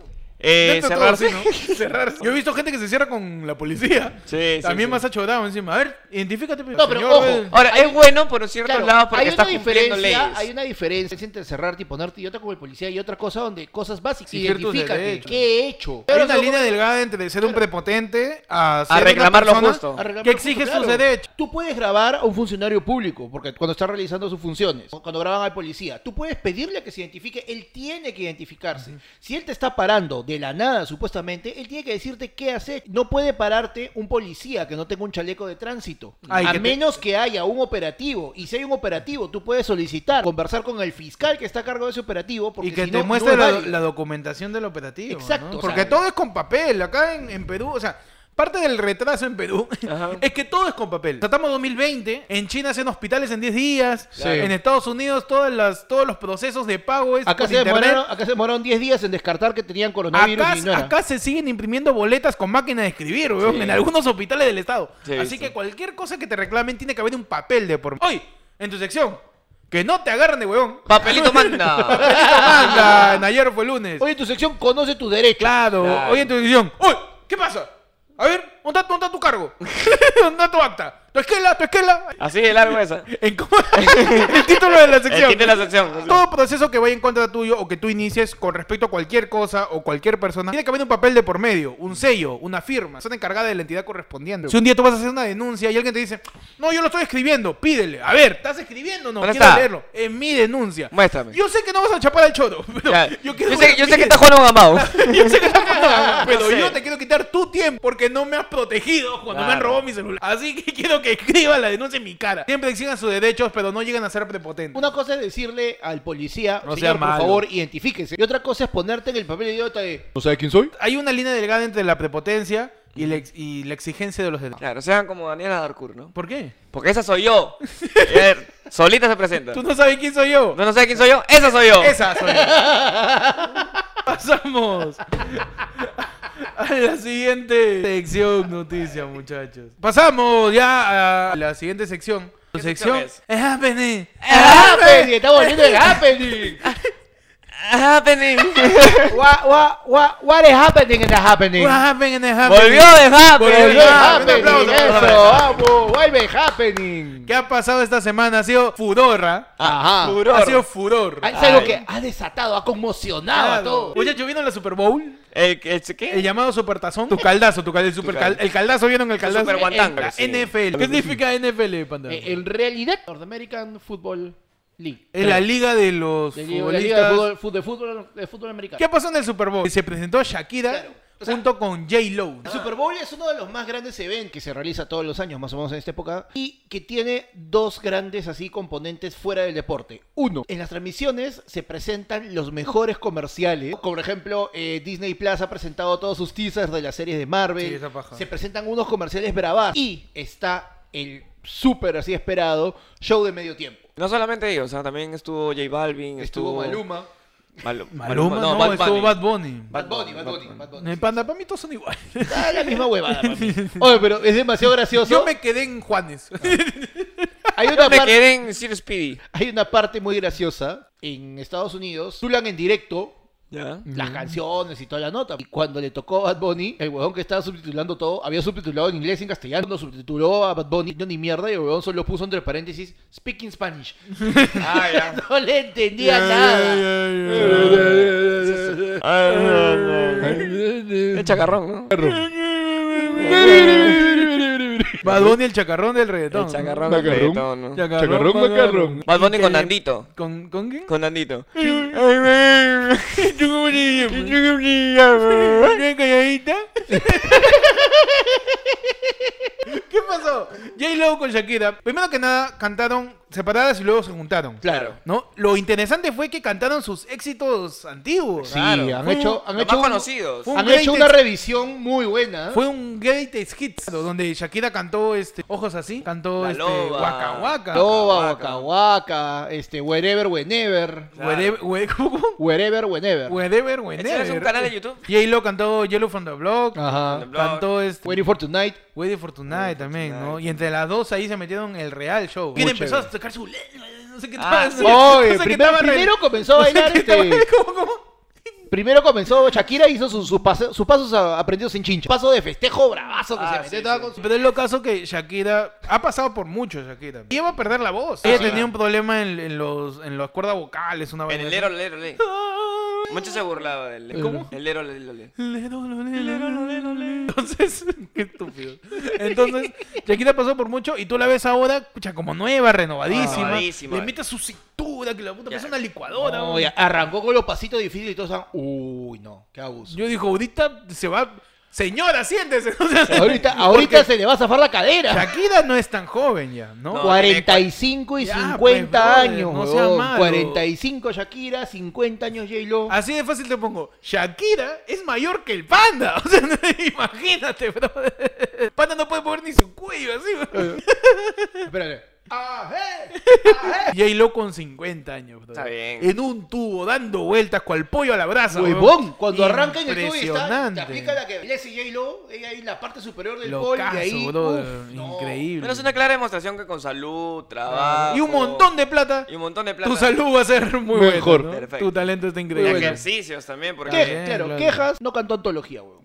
Speaker 2: Eh,
Speaker 3: Dentro de todo
Speaker 2: cerrarse.
Speaker 3: así, [LAUGHS] ¿no? cerrarse. Yo he visto gente que se cierra con la policía.
Speaker 2: Sí, sí,
Speaker 3: También
Speaker 2: sí.
Speaker 3: más ha chorado encima. A ver, identifícate. pues,
Speaker 1: No, pero ojo.
Speaker 2: Ahora, es bueno por ciertos
Speaker 1: Claro,
Speaker 2: lados porque
Speaker 1: hay
Speaker 2: está
Speaker 1: una
Speaker 2: cumpliendo
Speaker 1: diferencia,
Speaker 2: leyes.
Speaker 1: hay una diferencia entre cerrarte y ponerte y otra como el policía y otra cosa donde cosas básicas.
Speaker 3: Exigir tus
Speaker 1: Identifícate.
Speaker 3: derechos.
Speaker 1: ¿Qué he hecho?
Speaker 3: Hay una
Speaker 1: solo-
Speaker 3: línea delgada entre ser un prepotente a, ser
Speaker 2: A
Speaker 3: una
Speaker 2: reclamar lo
Speaker 3: persona
Speaker 2: justo.
Speaker 1: arreglar
Speaker 3: Que
Speaker 1: cosas,
Speaker 3: exige
Speaker 1: claro.
Speaker 3: sus derechos.
Speaker 1: Tú puedes grabar a un funcionario público porque cuando está realizando sus funciones, o cuando graban al policía, tú puedes pedirle que se identifique. Él tiene que identificarse. Si él te está parando de la nada, supuestamente, él tiene que decirte qué hacer. No puede pararte un policía que no tenga un chaleco de tránsito.
Speaker 3: Ay,
Speaker 1: a
Speaker 3: que te-
Speaker 1: menos que haya un operativo. Y si hay un operativo, tú puedes solicitar conversar con el fiscal que está a cargo de ese operativo. Porque
Speaker 3: Y que
Speaker 1: si
Speaker 3: te
Speaker 1: no, no
Speaker 3: muestre
Speaker 1: es
Speaker 3: la,
Speaker 1: válido.
Speaker 3: la documentación del operativo.
Speaker 1: Exacto,
Speaker 3: ¿no?
Speaker 1: o
Speaker 3: Porque
Speaker 1: sea-
Speaker 3: todo es con papel. Acá en, en Perú, o sea, Parte del retraso en Perú
Speaker 2: Ajá.
Speaker 3: [LAUGHS] es que todo es con papel. Tratamos 2020, en China hacen hospitales en 10 días,
Speaker 1: Sí.
Speaker 3: en Estados Unidos todas las, todos los procesos de pago es
Speaker 1: Acá
Speaker 3: por
Speaker 1: se,
Speaker 3: internet.
Speaker 1: demoraron, acá se demoraron 10 días en descartar que tenían coronavirus
Speaker 3: Acá,
Speaker 1: y no era.
Speaker 3: acá se siguen imprimiendo boletas con máquina de escribir, weón,
Speaker 2: Sí.
Speaker 3: en algunos hospitales del estado.
Speaker 2: Sí,
Speaker 3: Así
Speaker 2: sí.
Speaker 3: que cualquier cosa que te reclamen tiene que haber un papel de por ¡Oye! En tu sección, que no te agarren
Speaker 1: [LAUGHS]
Speaker 3: de huevón.
Speaker 2: Papelito manda.
Speaker 3: Anda, en ayer fue lunes.
Speaker 1: Hoy en tu sección conoce tus derechos.
Speaker 3: Claro,
Speaker 2: Claro.
Speaker 3: hoy en tu decisión. ¡Uy! ¿Qué pasa? A ver, ¿dónde está, dónde está tu cargo? [LAUGHS] ¿Dónde está tu acta? ¿Tu esquela? ¿Tu esquela?
Speaker 2: Así de largo esa.
Speaker 3: En cómo- [LAUGHS] el título de la sección.
Speaker 2: El título de la sección.
Speaker 3: Todo proceso que vaya en contra tuyo o que tú inicies con respecto a cualquier cosa o cualquier persona, tiene que haber un papel de por medio, un sello, una firma, son encargada de la entidad correspondiente. Si un día tú vas a hacer una denuncia y alguien te dice, no, yo lo estoy escribiendo, pídele. A ver, ¿estás escribiendo o no?
Speaker 2: ¿Dónde
Speaker 3: Quiero
Speaker 2: está?
Speaker 3: leerlo. Es mi denuncia.
Speaker 2: Muéstrame.
Speaker 3: Yo sé que no vas a chapar al choro, [LAUGHS] pero
Speaker 2: Ya.
Speaker 3: yo
Speaker 2: Yo,
Speaker 3: quiero
Speaker 2: sé, yo sé que está
Speaker 3: está
Speaker 2: Juan
Speaker 3: [LAUGHS]
Speaker 2: Amado.
Speaker 3: yo sé que
Speaker 2: [LAUGHS]
Speaker 3: está jugando,
Speaker 2: No
Speaker 3: pero
Speaker 2: sé.
Speaker 3: yo te quiero quitar tu tiempo porque no me has protegido cuando me han
Speaker 2: Claro.
Speaker 3: robado mi celular. Así que [LAUGHS] quiero que escriban la denuncia en mi cara. Siempre exigen sus derechos, pero no llegan a ser prepotentes.
Speaker 1: Una cosa es decirle al policía,
Speaker 3: No
Speaker 1: señor,
Speaker 3: sea
Speaker 1: por
Speaker 3: malo".
Speaker 1: favor, identifíquese. Y otra cosa es ponerte en el papel idiota de... ¿No sabe quién soy?
Speaker 3: Hay una línea delgada entre la prepotencia y la, ex- y la exigencia de los
Speaker 2: [LAUGHS]
Speaker 3: derechos.
Speaker 2: Claro, sean como Daniela Darcourt, ¿no?
Speaker 3: ¿Por qué?
Speaker 2: Porque esa soy
Speaker 3: [LAUGHS]
Speaker 2: yo. Ella solita se presenta.
Speaker 3: ¿Tú no sabes quién soy yo?
Speaker 2: ¿No, no sabes quién soy yo? ¡Esa soy yo!
Speaker 3: Esa soy yo.
Speaker 2: [LAUGHS]
Speaker 3: Pasamos a la siguiente sección noticia, muchachos. Pasamos ya a la siguiente sección.
Speaker 2: ¿Qué
Speaker 3: sección
Speaker 2: sección es?
Speaker 3: es happening. Ah, pues.
Speaker 1: ¡Apeni! ¡Está volviendo el
Speaker 3: [LAUGHS]
Speaker 1: happening!
Speaker 2: ¡Happening!
Speaker 1: What, what, what, what is happening in the happening?
Speaker 3: What happened in the happening?
Speaker 2: ¡Volvió de
Speaker 1: Volvió el
Speaker 2: Happening!
Speaker 3: Ah, un
Speaker 1: happening,
Speaker 3: aplauso,
Speaker 1: eso,
Speaker 2: aplauso.
Speaker 1: vamos, vuelve el happening.
Speaker 3: ¿Qué ha pasado esta semana? Ha sido furorra.
Speaker 1: Ajá.
Speaker 2: Furor.
Speaker 3: Ha sido furor.
Speaker 1: Ah, Es algo
Speaker 2: Ay.
Speaker 1: que ha desatado, ha conmocionado a
Speaker 3: Claro.
Speaker 1: todos.
Speaker 3: Muchachos, ¿vieron la Super Bowl?
Speaker 2: ¿El, el,
Speaker 3: El
Speaker 2: ¿qué?
Speaker 3: llamado supertazón. Tu caldazo, tu caldazo, el super cal- El caldazo, ¿vieron el caldazo?
Speaker 2: Super guantán.
Speaker 3: La
Speaker 2: Sí.
Speaker 3: NFL. ¿Qué significa NFL, panda?
Speaker 1: Eh, en realidad, North American Football League.
Speaker 3: Es la liga de los
Speaker 1: Eh, De- de- de- de- de
Speaker 3: futbolistas.
Speaker 1: fútbol, fútbol- de fútbol- de fútbol americano.
Speaker 3: ¿Qué pasó en el Super Bowl? Se presentó Shakira
Speaker 1: Claro, o sea-
Speaker 3: junto con J. Lo.
Speaker 1: El Super Bowl es uno de los más grandes eventos que se realiza todos los años, más o menos en esta época, y que tiene dos grandes así componentes fuera del deporte. Uno, en las transmisiones se presentan los mejores comerciales, como por ejemplo eh, Disney Plus ha presentado todos sus teasers de las series de Marvel,
Speaker 3: Sí, esa paja.
Speaker 1: se presentan unos comerciales bravas y está el súper así esperado show de medio tiempo.
Speaker 2: No solamente ellos, o sea, también estuvo J Balvin,
Speaker 1: Estuvo
Speaker 2: estuvo...
Speaker 1: Maluma,
Speaker 2: Malu-
Speaker 3: Maluma, no,
Speaker 2: Bad
Speaker 3: estuvo
Speaker 2: Bunny.
Speaker 3: Bad Bunny.
Speaker 1: Bad Bunny, Bad
Speaker 2: Bad
Speaker 1: Bunny,
Speaker 2: Bunny.
Speaker 1: Bad Bunny.
Speaker 3: Eh, Panda, para mí todos son iguales.
Speaker 1: Está la misma huevada. para mí. Oye, pero es demasiado gracioso.
Speaker 3: Yo me quedé en Juanes.
Speaker 1: Hay una
Speaker 2: Me
Speaker 1: parte-
Speaker 2: quedé en Sir Speedy.
Speaker 1: Hay una parte muy graciosa en Estados Unidos. Tulan en directo
Speaker 2: ¿Ya?
Speaker 1: las canciones y toda la nota. Y cuando le tocó a Bad Bunny, el huevón que estaba subtitulando todo, había subtitulado en inglés y en castellano. No subtituló a Bad Bunny, no ni mierda. Y el huevón solo puso entre paréntesis, speaking Spanish. [LAUGHS]
Speaker 2: Ah, ya.
Speaker 1: No le entendía nada.
Speaker 2: El chacarrón, ¿no?
Speaker 3: Bad Bunny, el chacarrón del reggaetón.
Speaker 2: El chacarrón.
Speaker 4: Macarrón.
Speaker 2: del reggaetón, ¿no?
Speaker 4: Chacarrón,
Speaker 3: Bad Bunny.
Speaker 4: macarrón.
Speaker 2: Bad Bunny
Speaker 3: Y
Speaker 2: con
Speaker 3: que-
Speaker 2: Nandito.
Speaker 3: ¿Con, ¿Con quién?
Speaker 2: Con Nandito.
Speaker 3: ¿Bien
Speaker 2: [LAUGHS]
Speaker 3: calladita? ¿Qué pasó? J-Lo con Shakira. Primero que nada, cantaron separadas y luego se juntaron.
Speaker 1: Claro.
Speaker 3: ¿No? Lo interesante fue que cantaron sus éxitos antiguos.
Speaker 1: Sí,
Speaker 2: Claro.
Speaker 1: han hecho, han
Speaker 2: Los
Speaker 1: hecho,
Speaker 2: más
Speaker 1: un-
Speaker 2: conocidos.
Speaker 3: un
Speaker 1: han
Speaker 3: great
Speaker 1: hecho una
Speaker 3: ex-
Speaker 1: revisión muy buena.
Speaker 3: Fue un greatest hits donde Shakira cantó este Ojos así, cantó
Speaker 2: La
Speaker 3: este
Speaker 2: Loba.
Speaker 3: Waka Waka.
Speaker 1: Loba,
Speaker 2: Waka,
Speaker 1: Waka Waka, este, Wherever, Whenever.
Speaker 3: Wherever, where- [LAUGHS] ¿cómo?
Speaker 1: Wherever, Whenever.
Speaker 3: Wherever,
Speaker 2: Ese es un
Speaker 3: whenever.
Speaker 2: canal de YouTube. Ah.
Speaker 3: J-Lo cantó Yellow from the Block.
Speaker 1: Ajá.
Speaker 3: Cantó este
Speaker 1: Waiting for Tonight.
Speaker 3: Wey for Tonight también, ¿no? Y entre las dos ahí se metieron el real show.
Speaker 1: ¿Quién
Speaker 3: ¿Quién
Speaker 1: empezó chévere.
Speaker 3: empezó a tocar su No sé qué
Speaker 2: Ah, estaba-
Speaker 1: [LAUGHS]
Speaker 2: sí.
Speaker 1: Oye, primero, primero comenzó a
Speaker 3: [LAUGHS]
Speaker 1: bailar este.
Speaker 3: ¿Cómo, cómo?
Speaker 1: Primero comenzó Shakira hizo sus, sus pase- sus pasos a- aprendidos en chincha. Paso de festejo bravazo que
Speaker 2: Ah,
Speaker 1: se metió
Speaker 2: sí,
Speaker 1: toda
Speaker 2: sí.
Speaker 1: con su-
Speaker 3: Pero es lo caso que Shakira ha pasado por mucho, Shakira. Y iba a perder la voz. Ella tenía un problema en, en los en las cuerdas vocales, una
Speaker 2: En
Speaker 3: vaina
Speaker 2: el
Speaker 3: así.
Speaker 2: Lero Lero Lero. Mucho se burlaba del
Speaker 1: ¿Cómo?
Speaker 2: El Lero Lero Lero.
Speaker 3: Lero, lero, lero, lero, lero. Entonces, [LAUGHS] qué estúpido. Entonces, Shakira pasó por mucho y tú la ves ahora, pucha, como nueva, renovadísima.
Speaker 2: Renovadísima.
Speaker 3: Le mete su cintura, que la puta
Speaker 2: Ya.
Speaker 3: parece una licuadora.
Speaker 1: No,
Speaker 3: weón.
Speaker 1: y arrancó con los pasitos difíciles y todos estaban, uy, no, qué abuso.
Speaker 3: Yo digo, ahorita se va, Señora, siéntese. [LAUGHS] O sea,
Speaker 1: Ahorita, ahorita se le va a zafar la cadera.
Speaker 3: Shakira no es tan joven ya, ¿no?
Speaker 2: No,
Speaker 1: 45 y
Speaker 3: Ya,
Speaker 1: 50
Speaker 3: pues, brother,
Speaker 1: años,
Speaker 3: no sea
Speaker 1: huevón.
Speaker 3: malo.
Speaker 1: 45 Shakira, 50 años J-Lo.
Speaker 3: Así de fácil te pongo. Shakira es mayor que el panda. [LAUGHS] O sea, no- imagínate, bro. El panda no puede mover ni su cuello así, bro.
Speaker 1: Espérate. Ah, eh.
Speaker 3: Y ahí lo con 50 años, bro.
Speaker 2: Está bien.
Speaker 3: En un tubo, dando vueltas, cual pollo a la brasa.
Speaker 1: Huevón,
Speaker 3: bro.
Speaker 1: cuando arranca en el tubo y está, te
Speaker 3: Impresionante.
Speaker 1: aplica la que le hace J-Lo, ella ahí en la parte superior del
Speaker 3: Locazo,
Speaker 1: pol, y ahí,
Speaker 3: bro.
Speaker 1: uf, no.
Speaker 3: Increíble.
Speaker 2: Pero es una clara demostración que con salud, trabajo.
Speaker 3: Y un montón de plata.
Speaker 2: y un montón de plata.
Speaker 3: Tu salud va a ser muy
Speaker 1: Mejor.
Speaker 3: buena. ¿no?
Speaker 2: Perfecto.
Speaker 3: Tu talento está
Speaker 2: Y
Speaker 3: increíble.
Speaker 2: ejercicios también, porque.
Speaker 1: Que-
Speaker 3: También,
Speaker 1: claro,
Speaker 3: claro.
Speaker 1: quejas, no cantó antología,
Speaker 3: [LAUGHS]
Speaker 1: weón.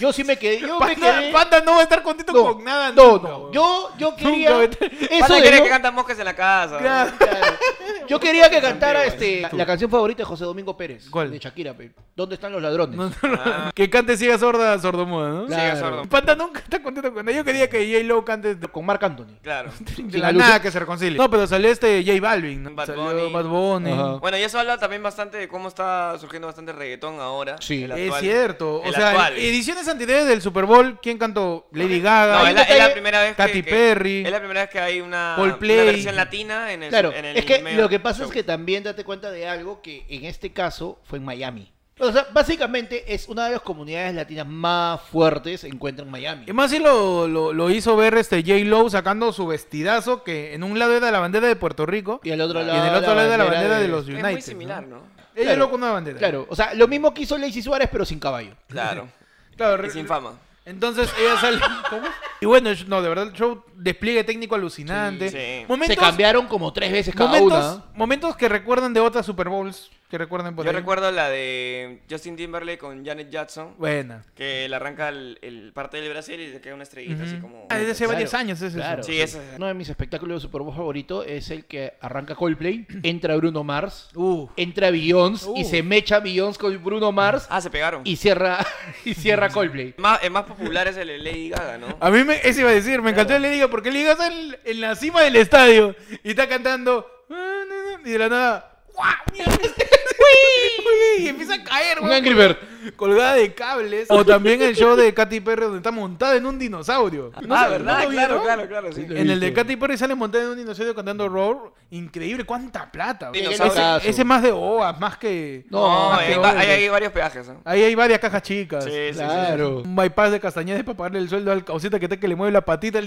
Speaker 1: Yo sí me quedé, yo me
Speaker 3: Panda,
Speaker 1: quedé.
Speaker 3: Panda no va a estar contento
Speaker 1: No,
Speaker 3: con nada.
Speaker 1: no,
Speaker 3: nunca,
Speaker 1: no.
Speaker 3: bro.
Speaker 1: Yo, yo quería.
Speaker 3: Nunca vete-
Speaker 1: Eso
Speaker 2: Panda
Speaker 1: de
Speaker 2: quiere
Speaker 1: no-
Speaker 2: que cantan moscas en la casa.
Speaker 3: Claro.
Speaker 1: Claro. Yo quería que cantara este, la canción favorita de José Domingo Pérez.
Speaker 3: ¿Cuál?
Speaker 1: De Shakira. pe. ¿Dónde están los ladrones?
Speaker 3: No, no, [LAUGHS]
Speaker 2: Ah.
Speaker 3: Que cante siga sorda, sordomuda, ¿no?
Speaker 1: Claro.
Speaker 2: Siga sordo.
Speaker 3: Panda nunca está contento con nada. Yo quería que J-Lo cante de
Speaker 1: Con Marc Anthony.
Speaker 2: Claro.
Speaker 3: de la
Speaker 1: alusión.
Speaker 3: nada que se reconcilie. No, pero salió este J Balvin, ¿no?
Speaker 2: Bad
Speaker 3: Salió
Speaker 2: Bunny.
Speaker 3: Bad Bunny.
Speaker 1: Ajá.
Speaker 2: Bueno, y eso habla también bastante de cómo está surgiendo bastante reggaetón ahora.
Speaker 1: Sí.
Speaker 2: el
Speaker 3: Es
Speaker 2: actual.
Speaker 3: cierto. O
Speaker 2: El
Speaker 3: sea,
Speaker 2: actual.
Speaker 3: ediciones anteriores del Super Bowl, ¿quién cantó? Lady Gaga.
Speaker 2: No, es la, es la
Speaker 1: Calle,
Speaker 2: primera vez que-
Speaker 3: Katy
Speaker 2: que,
Speaker 3: Perry.
Speaker 2: Es la primera vez que hay una,
Speaker 3: Coldplay.
Speaker 2: una versión latina en el.
Speaker 1: Claro,
Speaker 2: en el
Speaker 1: es que
Speaker 2: medio
Speaker 1: lo que pasa
Speaker 2: show.
Speaker 1: es que también date cuenta de algo que en este caso fue en Miami. O sea, básicamente es una de las comunidades latinas más fuertes se encuentra en Miami.
Speaker 3: Y más si lo, lo, lo hizo ver este J. Lowe sacando su vestidazo que en un lado era la bandera de Puerto Rico
Speaker 1: Y al otro
Speaker 3: y en
Speaker 1: lado
Speaker 3: el otro
Speaker 1: la
Speaker 3: lado era la
Speaker 1: bandera
Speaker 3: bandera de,
Speaker 1: de-
Speaker 3: los
Speaker 2: Es
Speaker 3: United.
Speaker 2: muy similar, ¿no?
Speaker 3: Ella
Speaker 1: Claro.
Speaker 3: loco con una bandera.
Speaker 1: Claro, o sea, lo mismo que hizo Lacey Suárez, pero sin caballo.
Speaker 2: Claro.
Speaker 3: Claro,
Speaker 2: Y sin fama.
Speaker 3: Entonces ella sale.
Speaker 1: [LAUGHS]
Speaker 3: ¿Cómo? Y bueno, el sh- no, de verdad, el show despliegue técnico alucinante.
Speaker 2: Sí, sí.
Speaker 1: Se cambiaron como tres veces cada
Speaker 3: momentos,
Speaker 1: una.
Speaker 3: momentos que recuerdan de otras Super Bowls. Que recuerden por
Speaker 2: Yo
Speaker 3: ahí.
Speaker 2: recuerdo la de Justin Timberlake con Janet Jackson.
Speaker 3: Buena.
Speaker 2: Que le arranca el, el parte del Brasil y le queda una estrellita así como.
Speaker 3: Ah, desde hace
Speaker 1: Claro,
Speaker 3: varios años es
Speaker 1: Claro,
Speaker 3: eso.
Speaker 2: Sí, ese es-
Speaker 1: Uno de mis espectáculos de Super Bowl favorito es el que arranca Coldplay, [CLEARS THROAT] entra Bruno Mars,
Speaker 3: Uh,
Speaker 1: entra Beyoncé y
Speaker 3: Uh.
Speaker 1: se mecha Beyoncé con Bruno Mars
Speaker 2: Ah, se pegaron.
Speaker 1: y cierra [LAUGHS] y cierra Coldplay.
Speaker 2: Más, el más popular es el de Lady Gaga, ¿no?
Speaker 3: A mí me, eso iba a decir, me encantó el Liga porque el Liga está en, en la cima del estadio y está cantando. "Ah, na, na", Y de la nada. ¡guau! [LAUGHS] Mira, uy, Y empieza a caer,
Speaker 1: Un
Speaker 3: weón,
Speaker 1: Angry Bird.
Speaker 3: colgada de cables. O también el show de Katy Perry donde está montada en un dinosaurio. ¿No
Speaker 2: ah,
Speaker 3: se-
Speaker 2: ¿verdad?
Speaker 3: no
Speaker 2: claro,
Speaker 3: lo vieron?
Speaker 2: claro, claro, sí.
Speaker 1: Sí, lo-
Speaker 3: En el de
Speaker 1: visto.
Speaker 3: Katy Perry sale montada en un dinosaurio cantando Roar. Increíble, cuánta plata. güey.
Speaker 2: Dinosaurio.
Speaker 3: Ese es más de OAS, más que.
Speaker 1: No,
Speaker 2: No, eh,
Speaker 3: más
Speaker 2: hay,
Speaker 3: que
Speaker 2: va-
Speaker 3: obras.
Speaker 2: hay, hay varios peajes, ¿eh? ¿no?
Speaker 3: Ahí hay varias cajas chicas.
Speaker 2: Sí, sí, sí, sí.
Speaker 1: Claro.
Speaker 3: Un bypass de Castañeda para pagarle el sueldo al causita que está que le mueve la patita al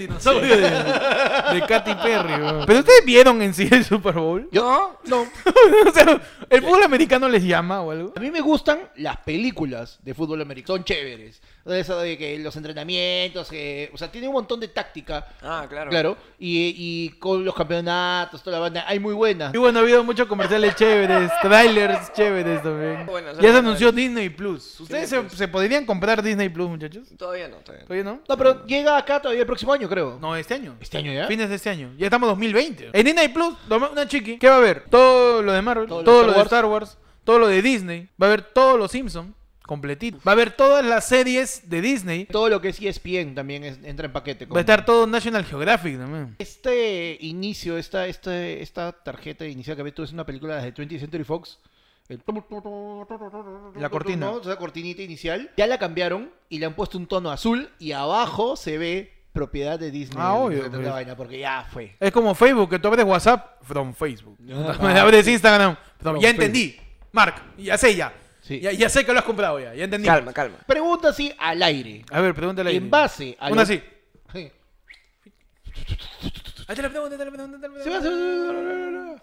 Speaker 2: [LAUGHS]
Speaker 3: dinosaurio de, de Katy Perry. güey. Pero ustedes vieron en sí el Super Bowl.
Speaker 2: ¿Yo?
Speaker 1: No,
Speaker 3: [LAUGHS] o sea, ¿el fútbol americano les llama o algo?
Speaker 1: A mí me gustan las películas de fútbol americano, son chéveres. O sea, Eso de que los entrenamientos, eh, o sea, tiene un montón de táctica,
Speaker 2: Ah, claro.
Speaker 1: claro, y, y con los campeonatos, toda la banda, hay muy buenas.
Speaker 3: Y bueno, ha habido muchos comerciales chéveres, trailers chéveres también.
Speaker 2: Bueno,
Speaker 3: ya se
Speaker 2: solamente-
Speaker 3: anunció Disney Plus. ¿Ustedes se, se podrían comprar Disney Plus, muchachos?
Speaker 2: Todavía no, todavía no.
Speaker 3: ¿Oye, no?
Speaker 1: No, pero llega acá todavía el próximo año, creo.
Speaker 3: No, este año.
Speaker 1: ¿Este año ya?
Speaker 3: Fines de este año. Ya estamos 2020. En Disney Plus, toma una chiqui. ¿Qué va a haber? Todo lo de Marvel,
Speaker 1: Todo
Speaker 3: todo,
Speaker 1: lo
Speaker 3: lo
Speaker 1: Star
Speaker 3: de Star Wars, todo lo de Disney. Va a haber todos los Simpsons completito. Va a haber todas las series de Disney.
Speaker 1: Todo lo que es E ESPN también es- entra en paquete. con-
Speaker 3: Va a estar todo National Geographic también.
Speaker 1: Este inicio, esta, este, esta tarjeta inicial que ves tú es una película de 20th Century Fox. El tu, tu, tu, tu, tu, tu, tu, [LAUGHS]
Speaker 3: La cortina.
Speaker 1: ¿no? Esa cortinita inicial. Ya la cambiaron y le han puesto un tono azul y abajo se ve propiedad de Disney.
Speaker 3: Ah, obvio,
Speaker 1: Esa
Speaker 3: pues.
Speaker 1: vaina, porque ya fue.
Speaker 3: Es como Facebook, que tú abres WhatsApp from Facebook. [LAUGHS] abres Instagram from- Ya
Speaker 1: Ah, Facebook.
Speaker 3: entendí. Mark, ya sé ya.
Speaker 1: Sí.
Speaker 3: ya. ya sé que lo has comprado ya. Ya entendí.
Speaker 2: Calma, calma.
Speaker 1: Pregunta así al aire. [LAUGHS]
Speaker 3: A ver, pregúntale. a
Speaker 1: En
Speaker 3: Irene.
Speaker 1: base a
Speaker 3: Una
Speaker 1: lo-
Speaker 3: así.
Speaker 1: Sí.
Speaker 3: Ahí te la pregunto, ahí te la pregunto, ahí te la
Speaker 1: Se va, se
Speaker 3: pregunto.
Speaker 1: va-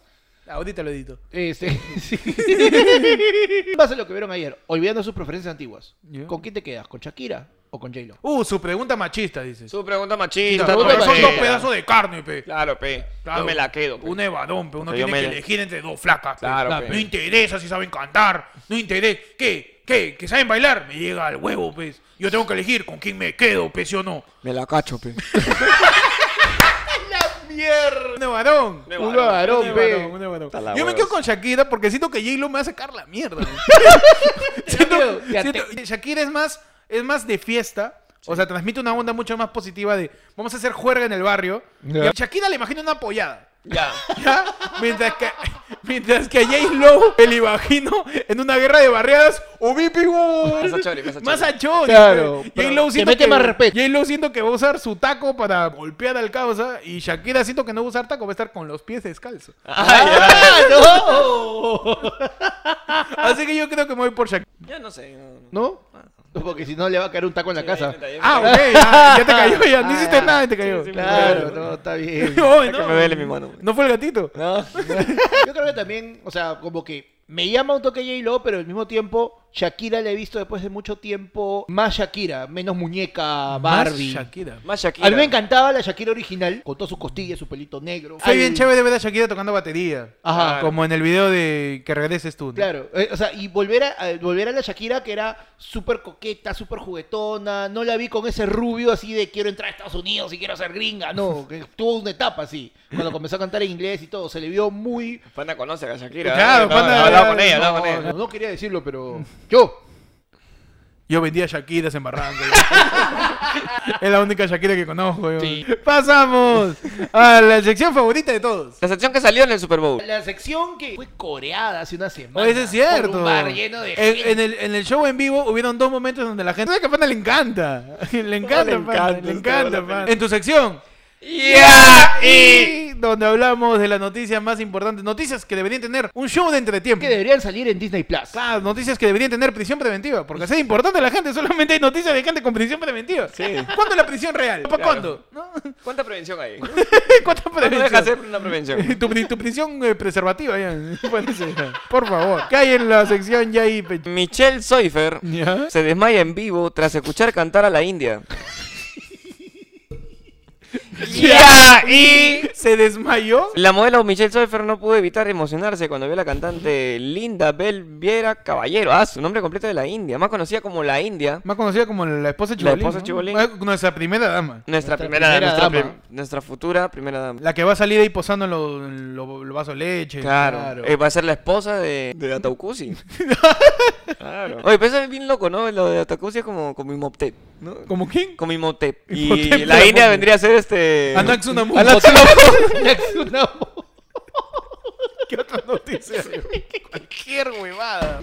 Speaker 3: Ahorita lo edito. [LAUGHS]
Speaker 1: Este, [LAUGHS] sí. En base a lo que vieron ayer, olvidando sus preferencias antiguas,
Speaker 3: Ya.
Speaker 1: ¿con quién te quedas? ¿Con Shakira o con j
Speaker 3: Uh, su pregunta machista, dices.
Speaker 2: Su pregunta machista.
Speaker 1: Claro,
Speaker 3: Claro,
Speaker 1: pero
Speaker 2: no me
Speaker 3: son
Speaker 2: queda.
Speaker 3: dos pedazos de carne, pe.
Speaker 2: Claro, pe.
Speaker 3: Claro.
Speaker 2: No me la quedo, pe.
Speaker 3: Un evadón, pe. Uno
Speaker 2: Pero yo
Speaker 3: tiene
Speaker 2: me
Speaker 3: que
Speaker 2: la-
Speaker 3: elegir entre dos flacas, pe.
Speaker 2: Claro, pe.
Speaker 3: No interesa si saben cantar. No interesa. ¿Qué? ¿Qué? ¿Que saben bailar? Me llega al huevo, pe. Yo tengo que elegir con quién me quedo, pe, sí o no.
Speaker 2: Me la cacho, [LAUGHS] pe.
Speaker 3: Un evadón.
Speaker 2: Me
Speaker 1: Un
Speaker 2: varón.
Speaker 3: Un
Speaker 1: varón,
Speaker 3: evadón,
Speaker 1: ve.
Speaker 3: un evadón.
Speaker 2: Está la
Speaker 3: Yo me
Speaker 2: huevas.
Speaker 3: quedo con Shakira porque siento que J-Lo me va a sacar la mierda. pe. [LAUGHS] siento,
Speaker 1: miedo, te ate-
Speaker 3: siento- Shakira es más, es más de fiesta. O sea, transmite una onda mucho más positiva de vamos a hacer juerga en el barrio.
Speaker 1: Ya.
Speaker 3: [LAUGHS] Y a Shakira le imagino una apoyada.
Speaker 2: Ya.
Speaker 3: ¿Ya? Mientras que Mientras que a Jay Lowe, el ibajino, en una guerra de barreadas, Ubipi,
Speaker 2: Más a Chori, más a Chori.
Speaker 3: Más a Chori.
Speaker 1: Claro,
Speaker 3: Jay
Speaker 1: pero
Speaker 3: Lowe
Speaker 1: que
Speaker 3: siento
Speaker 1: mete más respeto.
Speaker 3: Jay Lowe siento que va a usar su taco para golpear al causa. Y Shakira siento que no va a usar taco, va a estar con los pies descalzos.
Speaker 1: ¡Ah, no!
Speaker 3: Así que yo creo que me voy por
Speaker 2: [LAUGHS]
Speaker 3: Shakira.
Speaker 2: Yo no sé. no, no.
Speaker 1: [LAUGHS] ¿No? Porque si no le va a caer un taco en la casa.
Speaker 3: Ah, ok, ya, ya te cayó, ya. No
Speaker 1: Ah,
Speaker 3: hiciste
Speaker 1: ya.
Speaker 3: nada y te cayó.
Speaker 2: Sí, sí,
Speaker 1: Claro, no, está bien.
Speaker 3: Ay,
Speaker 2: que me duele mi mano.
Speaker 3: No fue el gatito.
Speaker 2: No.
Speaker 1: Yo creo que también, o sea, como que me llama un toque J-Lo, pero al mismo tiempo Shakira la he visto después de mucho tiempo más Shakira, menos muñeca, Barbie.
Speaker 3: Más Shakira.
Speaker 2: Más Shakira.
Speaker 1: A mí me encantaba la Shakira original, con todas sus costillas, su pelito negro.
Speaker 3: Fue
Speaker 1: Al-
Speaker 3: bien chévere ver a Shakira tocando batería.
Speaker 1: Ajá.
Speaker 3: Como en el video de Que regreses tú. ¿no?
Speaker 1: Claro, eh, o sea, y volver a, a- volver a la Shakira que era súper coqueta, súper juguetona, no la vi con ese rubio así de quiero entrar a Estados Unidos y quiero ser gringa,
Speaker 3: [LAUGHS]
Speaker 1: no, que tuvo una etapa así, cuando comenzó a cantar en inglés y todo, se le vio muy...
Speaker 2: Panda conoce a Shakira.
Speaker 3: Claro,
Speaker 2: ¿eh?
Speaker 3: Panda-
Speaker 2: Ha hablado con ella, ha hablado con
Speaker 1: No,
Speaker 2: ella.
Speaker 1: no, no quería decirlo,
Speaker 3: [LAUGHS]
Speaker 1: pero yo,
Speaker 3: Yo vendía Shakiras en
Speaker 1: [LAUGHS]
Speaker 3: Barranco. [LAUGHS] es la única Shakira que conozco. yo.
Speaker 1: Sí.
Speaker 3: Pasamos a la sección favorita de todos.
Speaker 2: La sección que salió en el Super Bowl.
Speaker 1: la sección que fue coreada hace una semana.
Speaker 3: Oye, eso es cierto.
Speaker 1: Por un bar lleno de...
Speaker 3: en,
Speaker 1: gente.
Speaker 3: en el, en el show en vivo hubieron dos momentos donde la gente. ¿Sabes que a Panda le encanta? [LAUGHS] le encanta,
Speaker 2: Le
Speaker 3: Panda,
Speaker 2: encanta,
Speaker 3: le
Speaker 2: está
Speaker 3: encanta,
Speaker 2: buena
Speaker 3: Panda. En tu sección.
Speaker 2: ¡Ya! Y...
Speaker 3: Y donde hablamos de las noticias más importantes. Noticias que deberían tener un show de entretiempo.
Speaker 1: Que deberían salir en Disney Plus.
Speaker 3: Claro, noticias que deberían tener prisión preventiva. Porque así es importante la gente. Solamente hay noticias de gente con prisión preventiva. ¿Cuándo es la prisión real? ¿Para
Speaker 2: Claro.
Speaker 3: [LAUGHS] cuándo? ¿No?
Speaker 2: ¿Cuánta prevención
Speaker 1: [LAUGHS]
Speaker 2: hay? Ah, No
Speaker 3: ¿Cuánta
Speaker 2: deja
Speaker 3: prevención?
Speaker 2: hacer una prevención.
Speaker 3: tu, pri- tu prisión eh, preservativa
Speaker 2: [LAUGHS]
Speaker 3: ya. Parece, ya. Por favor. Cae en la sección ya ahí, pe-
Speaker 2: Michelle Soifer
Speaker 3: ¿Ya?
Speaker 2: se desmaya en vivo tras escuchar cantar a la India.
Speaker 1: [LAUGHS]
Speaker 2: ¡Ya! Y...
Speaker 3: ¿Se desmayó?
Speaker 2: La modelo Michelle Soifer no pudo evitar emocionarse cuando vio a la cantante Linda Bell Viera Caballero. Ah, su nombre completo de la India, más conocida como la India.
Speaker 3: Más conocida como la esposa de
Speaker 2: La
Speaker 3: Chibolín.
Speaker 2: esposa
Speaker 3: ¿no?
Speaker 2: Chibolín.
Speaker 3: Ah, Nuestra primera dama.
Speaker 2: Nuestra,
Speaker 1: Nuestra
Speaker 2: primera,
Speaker 1: primera
Speaker 2: nuestra,
Speaker 1: dama.
Speaker 2: prim- nuestra futura primera dama.
Speaker 3: La que va a salir ahí posando en los lo, vasos de leche.
Speaker 2: Claro, Eh, va a ser la esposa de, de
Speaker 3: [LAUGHS]
Speaker 2: Ataucusi. claro. Oye, pero eso es bien loco, ¿no? Lo de Ataucusi es como, como Imhotep, ¿no?
Speaker 3: ¿Cómo quién?
Speaker 2: Como Imhotep. Y
Speaker 3: Imhotep Ah, de
Speaker 2: la
Speaker 3: la
Speaker 2: India
Speaker 3: momia.
Speaker 2: vendría a ser este...
Speaker 3: Anaxunamu. [LAUGHS]
Speaker 1: [LAUGHS] Naxunamo.
Speaker 3: ¿Qué otra noticia?
Speaker 2: Cualquier huevada.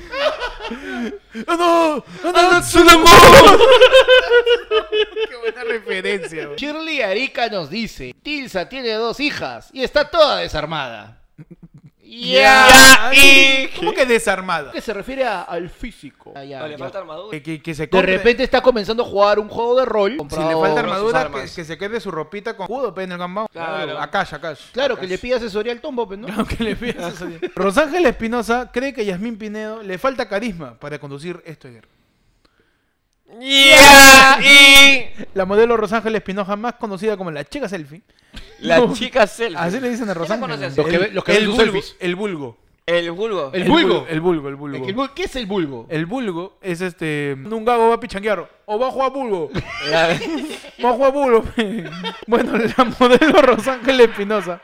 Speaker 3: ¡Ah, no! ¡Anaxunamu! ¡Qué buena referencia! güey.
Speaker 1: Shirley Arica nos dice, Tilsa tiene dos hijas y está toda desarmada. Ya.
Speaker 2: Ya,
Speaker 3: Ay,
Speaker 2: y-
Speaker 3: ¿Cómo que desarmada?
Speaker 1: Que se refiere a- al físico. Ah, ya,
Speaker 2: Vale,
Speaker 1: ya.
Speaker 2: falta armadura.
Speaker 3: Que, que- que se
Speaker 1: De
Speaker 3: compre-
Speaker 1: repente está comenzando a jugar un juego de rol.
Speaker 3: Si le
Speaker 1: comprado-
Speaker 3: falta
Speaker 2: sus
Speaker 3: armadura, que,
Speaker 2: armas.
Speaker 3: que se quede su ropita con escudo, pe, en el gambao.
Speaker 2: Claro.
Speaker 3: Acá, acá.
Speaker 1: Claro, que le pide asesoría al tombo, pero no.
Speaker 3: que
Speaker 1: [LAUGHS]
Speaker 3: le pidas eso. Rosángel Espinosa cree que Yasmín Pinedo le falta carisma para conducir esto ayer.
Speaker 2: Ya, y...
Speaker 3: La modelo Rosángel Espinosa, más conocida como la chica selfie.
Speaker 2: La
Speaker 3: No.
Speaker 2: chica selfie.
Speaker 3: Así le dicen a
Speaker 2: conoce
Speaker 3: Rosángel.
Speaker 2: así?
Speaker 1: Los que ve- los que ven
Speaker 3: el
Speaker 1: sus
Speaker 3: vulgo,
Speaker 1: selfies.
Speaker 3: el vulgo.
Speaker 2: El vulgo.
Speaker 1: El vulgo.
Speaker 3: El vulgo, el vulgo.
Speaker 1: El bul- ¿Qué es el vulgo?
Speaker 3: El vulgo es este. Un gago va a pichanguear. O va a jugar vulgo.
Speaker 2: Ya.
Speaker 3: Bajo a bulo. [LAUGHS] bueno, la modelo Rosángel Espinosa.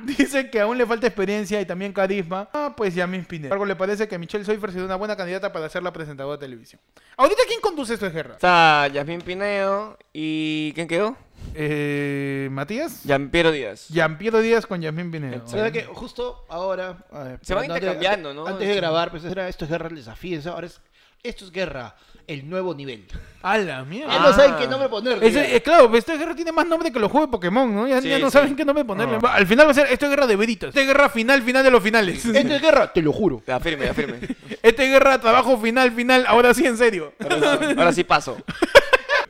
Speaker 3: Dice que aún le falta experiencia y también carisma. Ah, pues ya me inspiré. Sin embargo, le parece que Michelle Soifer sería una buena candidata para ser la presentadora de televisión. Ahorita, ¿quién conduce esto de guerra?
Speaker 2: Está Yasmín Pineo y... ¿Quién quedó?
Speaker 3: Eh, ¿Matías?
Speaker 2: Yampiero Díaz.
Speaker 3: Jean-Pierre Díaz con Yasmín Pinedo.
Speaker 1: O sea, que justo ahora. a ver,
Speaker 2: Se van
Speaker 1: antes-
Speaker 2: intercambiando, ¿no?
Speaker 1: antes- Antes de grabar, pues era esto es guerra, el desafío. Ahora es esto es guerra, el nuevo
Speaker 3: [LAUGHS]
Speaker 1: nivel.
Speaker 3: ¡A la
Speaker 1: Ya
Speaker 3: mierda!
Speaker 2: Ah,
Speaker 1: no saben qué nombre ponerle.
Speaker 3: Es, Ah. es claro, pero esta guerra tiene más nombre que los juegos de Pokémon, ¿no? Ya,
Speaker 2: Sí,
Speaker 3: ya no
Speaker 2: sí. Ah.
Speaker 3: saben qué nombre ponerle. Al final va a ser esta guerra de veritas. Esta guerra final, final de los finales.
Speaker 1: Esto es guerra, te lo juro.
Speaker 2: La firme, la
Speaker 3: [LAUGHS]
Speaker 2: firme.
Speaker 3: Esta Este guerra trabajo final, final. Ahora sí, en serio.
Speaker 2: Ahora sí paso.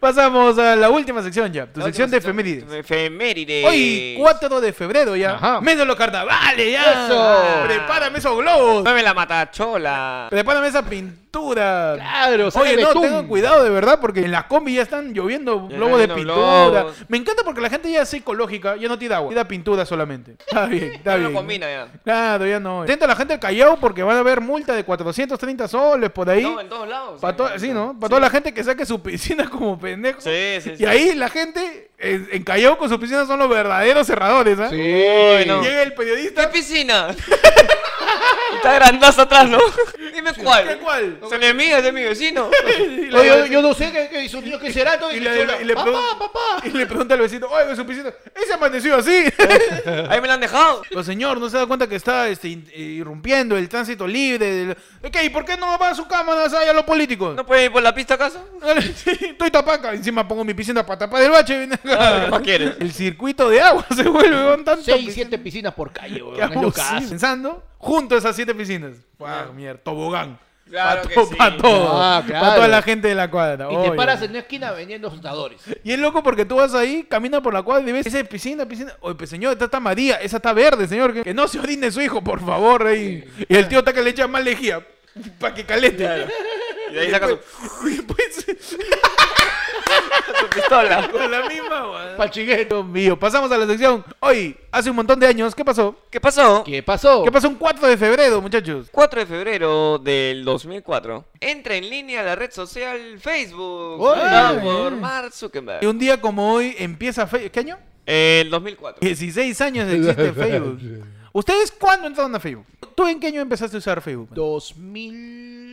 Speaker 3: Pasamos a la última sección ya, tu sección de efemérides.
Speaker 2: Efemérides.
Speaker 3: Hoy, 4 de febrero ya.
Speaker 1: Ajá.
Speaker 3: Menos los carnavales ya.
Speaker 1: Eso.
Speaker 3: Prepárame esos globos.
Speaker 2: Mueve la matachola.
Speaker 3: Prepárame esa pintura.
Speaker 1: Claro,
Speaker 3: Oye,
Speaker 1: sácame
Speaker 3: no,
Speaker 1: tú.
Speaker 3: tengan cuidado de verdad porque en las combis ya están lloviendo
Speaker 2: Ya
Speaker 3: globos de
Speaker 2: lloviendo
Speaker 3: pintura.
Speaker 2: globos.
Speaker 3: Me encanta porque la gente ya es psicológica, ya no tira agua, tira pintura solamente. Está bien, está
Speaker 2: No
Speaker 3: bien.
Speaker 2: combina ya.
Speaker 3: Claro, ya no. Intenta la gente del Callao porque van a haber multa de 430 soles por ahí.
Speaker 2: No, en todos lados.
Speaker 3: Pa' to- sí, ¿no? Para toda la gente que saque su piscina [LAUGHS] como pendejo.
Speaker 2: Sí, sí, sí.
Speaker 3: Y ahí la gente en, en Callao con sus piscinas son los verdaderos cerradores, ¿ah?
Speaker 1: Sí.
Speaker 2: no.
Speaker 3: Llega el
Speaker 2: ¿Qué [LAUGHS]
Speaker 3: periodista.
Speaker 2: piscina? Está grandazo atrás, ¿no? Dime Dime cuál.
Speaker 3: ¿Qué cuál?
Speaker 2: Son enemigas de mi [LAUGHS] vecino.
Speaker 3: Y la-
Speaker 1: Oye, yo, yo no sé qué, qué hizo, tío, qué será.
Speaker 3: y
Speaker 1: Entonces,
Speaker 3: le- y le
Speaker 1: papá,
Speaker 3: pregun-
Speaker 1: papá.
Speaker 3: y le pregunta al vecino, oye, su piscina, ese amaneció así.
Speaker 2: Ahí me la han dejado.
Speaker 3: [LAUGHS] Pero señor, ¿no se da cuenta que está este, in- eh, irrumpiendo el tránsito libre? del- Ok, ¿y por qué no va a su cámara allá a los políticos? [LAUGHS]
Speaker 2: ¿No puede ir por la pista acaso?
Speaker 3: Estoy tapaca, encima pongo mi piscina para tapar el bache. viene acá.
Speaker 2: Ah, ¿Qué más quieres?
Speaker 3: El circuito de agua [LAUGHS] se vuelve con tanto.
Speaker 1: 6, 7 piscinas por calle, weón. Es lo caso.
Speaker 3: Pensando, junto a esas siete piscinas. Wow, mierda, tobogán.
Speaker 2: Claro
Speaker 3: para,
Speaker 2: que sí.
Speaker 3: todo.
Speaker 1: Ah,
Speaker 3: Para toda
Speaker 1: claro.
Speaker 3: la gente de la cuadra.
Speaker 1: Y te
Speaker 3: obvio.
Speaker 1: paras en una esquina vendiendo asustadores.
Speaker 3: Y es loco porque tú vas ahí, caminas por la cuadra y ves, esa es piscina, piscina. Oye, pues señor, esta está María, esa está verde, señor. Que, que no se odine su hijo, por favor. Ahí. Y el tío está que le echa más lejía para que calente. [LAUGHS]
Speaker 2: Y de ahí saca su,
Speaker 3: Y pues,
Speaker 2: [LAUGHS] su pistola.
Speaker 3: con la misma, weón.
Speaker 1: Pachingueto.
Speaker 3: Dios mío, pasamos a la sección. Hoy, hace un montón de años, ¿qué pasó?
Speaker 2: ¿Qué pasó?
Speaker 1: ¿Qué pasó?
Speaker 3: ¿Qué pasó un 4 de febrero, muchachos?
Speaker 2: 4 de febrero del 2004. Entra en línea la red social Facebook.
Speaker 1: Oye.
Speaker 2: fundada por Mark Zuckerberg.
Speaker 3: Y un día como hoy empieza Facebook. ¿Qué año?
Speaker 2: El 2004.
Speaker 3: 16 años existe Facebook. ¿Ustedes cuándo entraron a Facebook? ¿Tú en qué año empezaste a usar Facebook?
Speaker 1: 2004,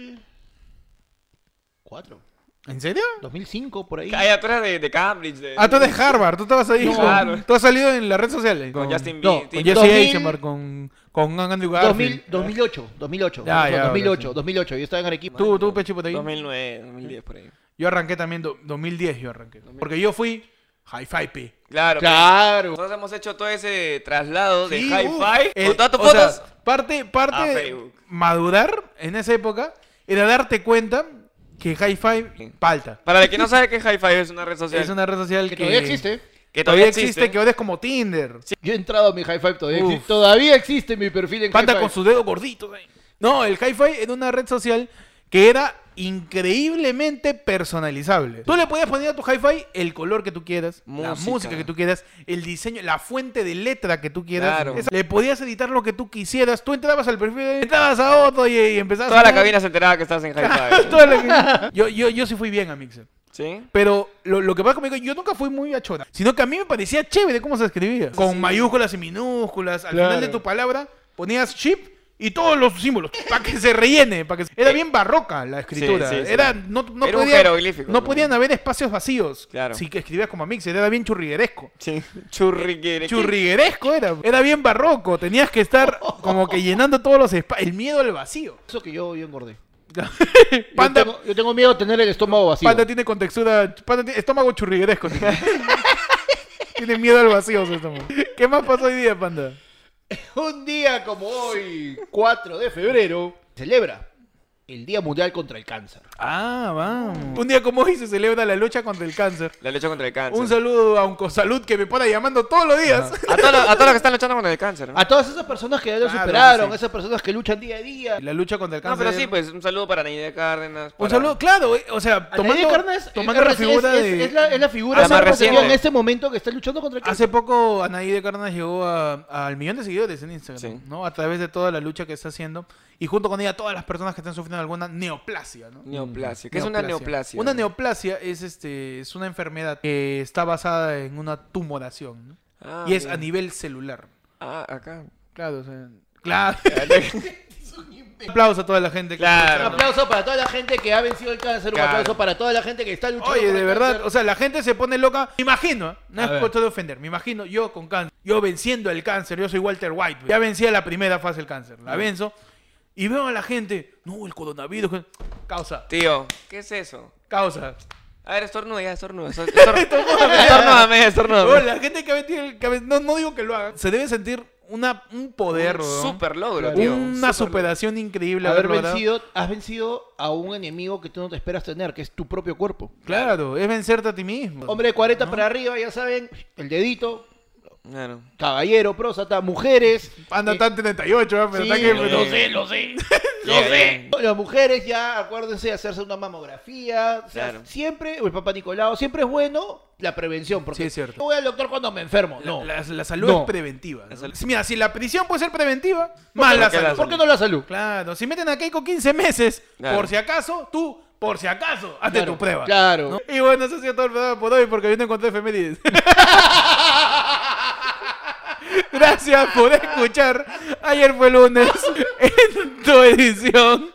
Speaker 3: ¿En serio?
Speaker 1: 2005 por ahí.
Speaker 2: Ahí atrás de, de Cambridge. de-
Speaker 3: Ah, tú eres Harvard, tú estabas ahí.
Speaker 2: Eh, No.
Speaker 3: con-
Speaker 2: Claro.
Speaker 3: Tú has salido en las redes sociales.
Speaker 2: Con
Speaker 1: no,
Speaker 2: Justin Bieber.
Speaker 3: Con
Speaker 1: Justin-
Speaker 3: Jesse
Speaker 1: 2000,
Speaker 3: Eisenberg, con, con Andrew
Speaker 1: 2000,
Speaker 3: Garfield.
Speaker 1: 2008, 2008,
Speaker 3: Ya, ya,
Speaker 1: 2008,
Speaker 3: ahora
Speaker 1: 2008, yo estaba en Arequipa.
Speaker 3: Tú, tú, Pechi Potey.
Speaker 2: 2009, 2010 por ahí.
Speaker 3: Yo arranqué también, do- 2010 yo arranqué. Porque yo fui Hi-Fi P.
Speaker 2: Claro.
Speaker 1: Claro.
Speaker 2: Nosotros hemos hecho todo ese traslado de
Speaker 3: Sí, uh,
Speaker 2: hi-fi
Speaker 3: el-
Speaker 2: con todas tus
Speaker 3: o sea,
Speaker 2: fotos.
Speaker 3: parte, parte
Speaker 2: a
Speaker 3: de
Speaker 2: Facebook.
Speaker 3: madurar en esa época era darte cuenta que Hi-Fi falta.
Speaker 2: Para el que no sabe que hi-fi es una red social
Speaker 3: Es una red social
Speaker 1: Que
Speaker 3: que,
Speaker 1: todavía existe.
Speaker 2: que
Speaker 3: todavía existe, que ahora es como Tinder.
Speaker 1: Yo he entrado a mi hi-fi todavía.
Speaker 3: Uf.
Speaker 1: existe. Todavía existe mi perfil en
Speaker 3: Panda
Speaker 1: hi-fi.
Speaker 3: con su dedo gordito. ahí. No, el Hi-Fi era una red social que era increíblemente personalizable. Tú le podías poner a tu Hi-Fi el color que tú quieras, la
Speaker 2: Música.
Speaker 3: música que tú quieras, el diseño, la fuente de letra que tú quieras.
Speaker 2: Claro.
Speaker 3: Esa- le podías editar lo que tú quisieras. Tú entrabas al perfil, entrabas a otro y, y empezabas
Speaker 2: Toda
Speaker 3: a
Speaker 2: la
Speaker 3: hablar.
Speaker 2: cabina se enteraba que estás en
Speaker 3: [LAUGHS]
Speaker 2: hi-fi.
Speaker 3: Toda la cabina. yo, yo, yo sí fui bien a Mixer.
Speaker 2: ¿Sí?
Speaker 3: Pero lo, lo que pasa conmigo, yo nunca fui muy achona, sino que a mí me parecía chévere cómo se escribía. Con mayúsculas y minúsculas, al final de tu palabra ponías chip y todos los símbolos, para que se rellene, para que se- Era bien barroca la escritura.
Speaker 2: Eh, sí, sí.
Speaker 3: Era, no, no
Speaker 2: Era un
Speaker 3: podía-
Speaker 2: jeroglífico,
Speaker 3: no
Speaker 2: ¿no?
Speaker 3: podían haber espacios vacíos.
Speaker 2: Claro.
Speaker 3: Si que escribías como a Mixer, era bien churrigueresco.
Speaker 2: Sí. Churriquere.
Speaker 3: Churrigueresco era. Era bien barroco, tenías
Speaker 2: [LAUGHS]
Speaker 3: que estar como que llenando todos los espacios. El miedo al vacío.
Speaker 1: Eso que yo, yo engordé. Yo
Speaker 3: Panda,
Speaker 1: tengo- yo, tengo, miedo de tener el estómago vacío.
Speaker 3: Panda tiene contextura. Panda tiene estómago churrigueresco. tiene. [LAUGHS] tiene miedo al vacío su estómago. ¿Qué más pasó hoy día, Panda?
Speaker 1: Un día como hoy, 4 de febrero, celebra el Día Mundial contra el Cáncer.
Speaker 3: Ah, vamos. Un día como hoy se celebra la lucha contra el cáncer.
Speaker 2: La lucha contra el cáncer.
Speaker 3: Un saludo a Oncosalud que me pone llamando todos los días.
Speaker 2: A todos los a todos los que están luchando contra el cáncer. ¿no?
Speaker 1: A todas esas personas que ya lo
Speaker 3: Claro,
Speaker 1: superaron,
Speaker 3: sí.
Speaker 1: esas personas que luchan día a día.
Speaker 3: [LAUGHS] La lucha contra el
Speaker 2: No,
Speaker 3: cáncer.
Speaker 2: pero sí, pues un saludo para Naida Cárdenas.
Speaker 3: Un
Speaker 2: para-
Speaker 3: saludo, claro, eh, o sea, tomando,
Speaker 1: Anaide Cárdenas, eh,
Speaker 3: tomando
Speaker 1: es-
Speaker 3: la
Speaker 1: es-
Speaker 3: figura
Speaker 1: es,
Speaker 3: de...
Speaker 1: es la, es la figura
Speaker 2: Ah, más
Speaker 1: más representativa en
Speaker 2: reciente.
Speaker 1: este momento que está luchando contra el cáncer.
Speaker 3: Hace poco Anaí de Cárdenas llegó a- al millón de seguidores en Instagram,
Speaker 2: Sí.
Speaker 3: ¿no? A través de toda la lucha que está haciendo. Y junto con ella todas las personas que están sufriendo alguna neoplasia, ¿no?
Speaker 2: Neoplasia. ¿Qué es una Mm, neoplasia?
Speaker 3: Una neoplasia es este es una enfermedad que está basada en una tumoración ¿no?
Speaker 2: Ah,
Speaker 3: y es
Speaker 2: bien.
Speaker 3: a nivel celular.
Speaker 2: Ah, acá.
Speaker 3: Claro, o sea, claro. [LAUGHS] Un aplauso a toda la gente. que-
Speaker 1: Un
Speaker 2: Claro.
Speaker 1: aplauso para toda la gente que ha vencido el cáncer, un
Speaker 2: Claro.
Speaker 1: aplauso para toda la gente que está luchando.
Speaker 3: Oye,
Speaker 1: contra
Speaker 3: de
Speaker 1: el
Speaker 3: verdad,
Speaker 1: cáncer.
Speaker 3: o sea, la gente se pone loca. Me imagino, ¿eh? no
Speaker 1: A
Speaker 3: es
Speaker 1: ver.
Speaker 3: cuestión de ofender, me imagino yo con cáncer, yo venciendo el cáncer, yo soy Walter White. Ya vencía la primera fase del cáncer, la venzo y veo a la gente, no, el coronavirus, que- causa,
Speaker 2: Tío, ¿qué es eso?
Speaker 3: causa.
Speaker 2: A ver, estornuda ya, [LAUGHS] estornuda. estor- estor- Estornúdame,
Speaker 3: Bueno,
Speaker 2: estornúdame.
Speaker 3: la gente que ha metido el que ha- no, no digo que lo haga. Se debe sentir una, un poder,
Speaker 2: Un
Speaker 3: weón.
Speaker 2: Super logro,
Speaker 1: Claro.
Speaker 2: tío.
Speaker 3: una
Speaker 2: Super
Speaker 3: superación increíble.
Speaker 1: haber
Speaker 3: haberlo logrado.
Speaker 1: vencido, has vencido a un enemigo que tú no te esperas tener, que es tu propio cuerpo.
Speaker 3: Claro, es vencerte a ti mismo.
Speaker 1: Hombre de 40 para arriba, ya saben, el dedito,
Speaker 2: logro. Claro.
Speaker 1: caballero, próstata, mujeres.
Speaker 3: Anda
Speaker 1: eh,
Speaker 3: tan 38, ¿eh? pero
Speaker 1: sí,
Speaker 3: está que-
Speaker 1: lo sé, lo sé. lo
Speaker 2: Bien,
Speaker 1: sé.
Speaker 2: bien.
Speaker 1: Las mujeres ya, acuérdense de hacerse una mamografía. o sea,
Speaker 2: Claro.
Speaker 1: Siempre, o el papá Nicolau, siempre es bueno la prevención. Porque
Speaker 3: Sí, es cierto.
Speaker 1: no voy al doctor cuando me enfermo. No.
Speaker 3: La, la salud
Speaker 1: No.
Speaker 3: es preventiva. ¿no?
Speaker 2: salud.
Speaker 3: Mira, si la prisión puede ser preventiva, más la
Speaker 2: porque
Speaker 3: salud.
Speaker 2: la
Speaker 1: ¿Por qué no la salud?
Speaker 3: Claro, si meten a Keiko 15 meses,
Speaker 2: Claro.
Speaker 3: por si acaso, tú, por si acaso, hazte
Speaker 1: Claro,
Speaker 3: tu prueba.
Speaker 1: Claro.
Speaker 3: ¿no? Y bueno, eso ha sido todo el programa por hoy porque yo no
Speaker 2: [LAUGHS]
Speaker 3: encontré efemérides. Gracias por escuchar. Ayer fue lunes en tu edición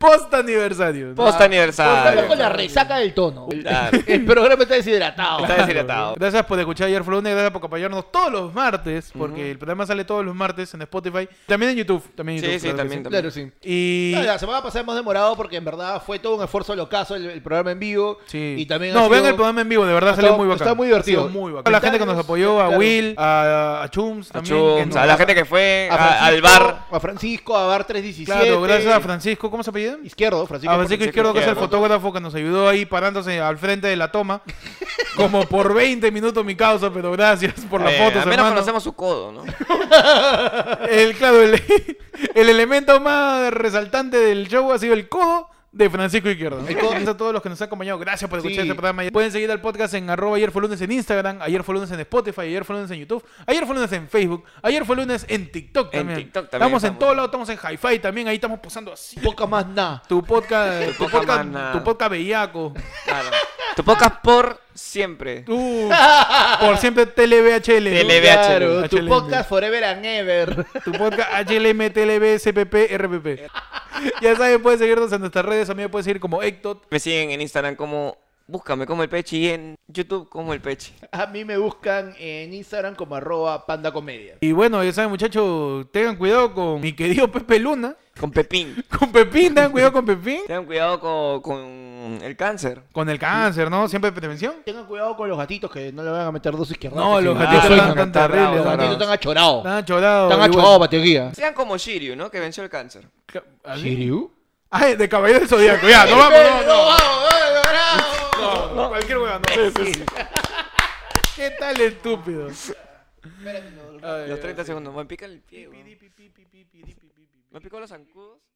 Speaker 3: Post aniversario.
Speaker 2: Post
Speaker 1: Contando con
Speaker 2: aniversario.
Speaker 1: la resaca del tono. El,
Speaker 2: Claro.
Speaker 1: el programa está deshidratado.
Speaker 2: Está deshidratado.
Speaker 3: Gracias por escuchar ayer Flow Negro, gracias por acompañarnos todos los martes, porque el programa sale todos los martes en Spotify, también en YouTube, también en
Speaker 2: Sí,
Speaker 3: YouTube.
Speaker 2: sí,
Speaker 3: claro que
Speaker 2: también,
Speaker 1: Claro, sí.
Speaker 3: Y
Speaker 1: No, la semana pasada hemos demorado porque en verdad fue todo un esfuerzo locazo el, el programa en vivo.
Speaker 3: Sí.
Speaker 1: Y también
Speaker 3: no,
Speaker 1: ha
Speaker 3: vean
Speaker 1: sido-
Speaker 3: el programa en vivo, de verdad
Speaker 1: ha
Speaker 3: salió
Speaker 1: estado-
Speaker 3: muy bacán.
Speaker 1: está muy divertido.
Speaker 3: Ha sido muy bacán. A la gente que nos apoyó, a
Speaker 1: Claro.
Speaker 3: Will, a, a Chums
Speaker 2: A
Speaker 3: también. que
Speaker 2: Chums,
Speaker 3: nos-
Speaker 2: a la gente que fue
Speaker 1: a
Speaker 2: a- al
Speaker 1: Francisco,
Speaker 2: bar.
Speaker 1: A Francisco, a Bar 317.
Speaker 3: Claro, gracias a Francisco, ¿cómo se apellida?
Speaker 1: Izquierdo, Francisco.
Speaker 3: A Francisco
Speaker 2: Francisco
Speaker 3: Izquierdo, que es el
Speaker 2: Izquierdo.
Speaker 3: fotógrafo que nos ayudó ahí parándose al frente de
Speaker 2: [LAUGHS]
Speaker 3: la toma. Como por 20 minutos mi causa, pero gracias por las
Speaker 2: Eh,
Speaker 3: fotos,
Speaker 2: al menos
Speaker 3: hermano.
Speaker 2: conocemos su codo, ¿no?
Speaker 3: El, claro, el, el elemento más resaltante del show ha sido el codo de Francisco Izquierdo.
Speaker 1: El codo.
Speaker 3: Gracias a todos los que nos han acompañado. Gracias por escuchar
Speaker 1: Sí.
Speaker 3: este programa. Pueden seguir al podcast en arroba ayer fue lunes en Instagram, ayer fue lunes en Spotify, ayer fue lunes en YouTube, ayer fue lunes en Facebook, ayer fue lunes en TikTok
Speaker 2: En
Speaker 3: también.
Speaker 2: TikTok también
Speaker 3: estamos, en
Speaker 2: estamos.
Speaker 3: todos lados, estamos en Hi-Fi también, ahí estamos posando así.
Speaker 1: Poca más nada.
Speaker 3: Tu podcast, tu
Speaker 2: poca
Speaker 3: podcast,
Speaker 2: mana.
Speaker 3: tu podcast bellaco.
Speaker 2: Claro. Tu podcast por siempre.
Speaker 3: Tú, [LAUGHS] por siempre TLBHL. ¿no?
Speaker 2: TLBHL.
Speaker 1: Claro, tu
Speaker 3: HLM.
Speaker 1: podcast Forever and Ever.
Speaker 3: Tu podcast HLM, TLB, CPP, [LAUGHS] RPP. Ya saben, pueden seguirnos en nuestras redes. A mí me pueden seguir como Ectot.
Speaker 2: Me siguen en Instagram como Búscame como el Pechi y en YouTube como el Pechi.
Speaker 1: A mí me buscan en Instagram como arroba pandacomedia.
Speaker 3: Y bueno, ya saben, muchachos, tengan cuidado con mi querido Pepe Luna.
Speaker 2: Con Pepín.
Speaker 3: Con Pepín, tengan cuidado con Pepín.
Speaker 2: Tengan cuidado con, con el cáncer.
Speaker 3: Con el cáncer, ¿no? Siempre prevención.
Speaker 1: Tengan cuidado con los gatitos que no le van a meter dos izquierdas.
Speaker 3: No,
Speaker 1: que
Speaker 3: los
Speaker 1: sí. Ah,
Speaker 3: gatitos
Speaker 2: están-
Speaker 1: sueño.
Speaker 3: tan
Speaker 2: están bravos,
Speaker 3: terribles.
Speaker 1: Los gatitos
Speaker 2: bravos.
Speaker 1: están achorados.
Speaker 3: Están chorados.
Speaker 1: Están
Speaker 3: y bueno.
Speaker 1: achorados, Pateguía.
Speaker 2: Sean como Shiryu, ¿no? Que venció el cáncer.
Speaker 3: ¿Así?
Speaker 1: ¿Siriu?
Speaker 3: Ay, de Caballero del Zodíaco. Ya, no vamos,
Speaker 1: [LAUGHS]
Speaker 3: no, no. No, cualquier hueva, no. [LAUGHS] ¿Qué tal estúpido? Ay,
Speaker 2: Los
Speaker 3: ay,
Speaker 2: 30 segundos. Me pica el pie, weón. Me picó los zancudos.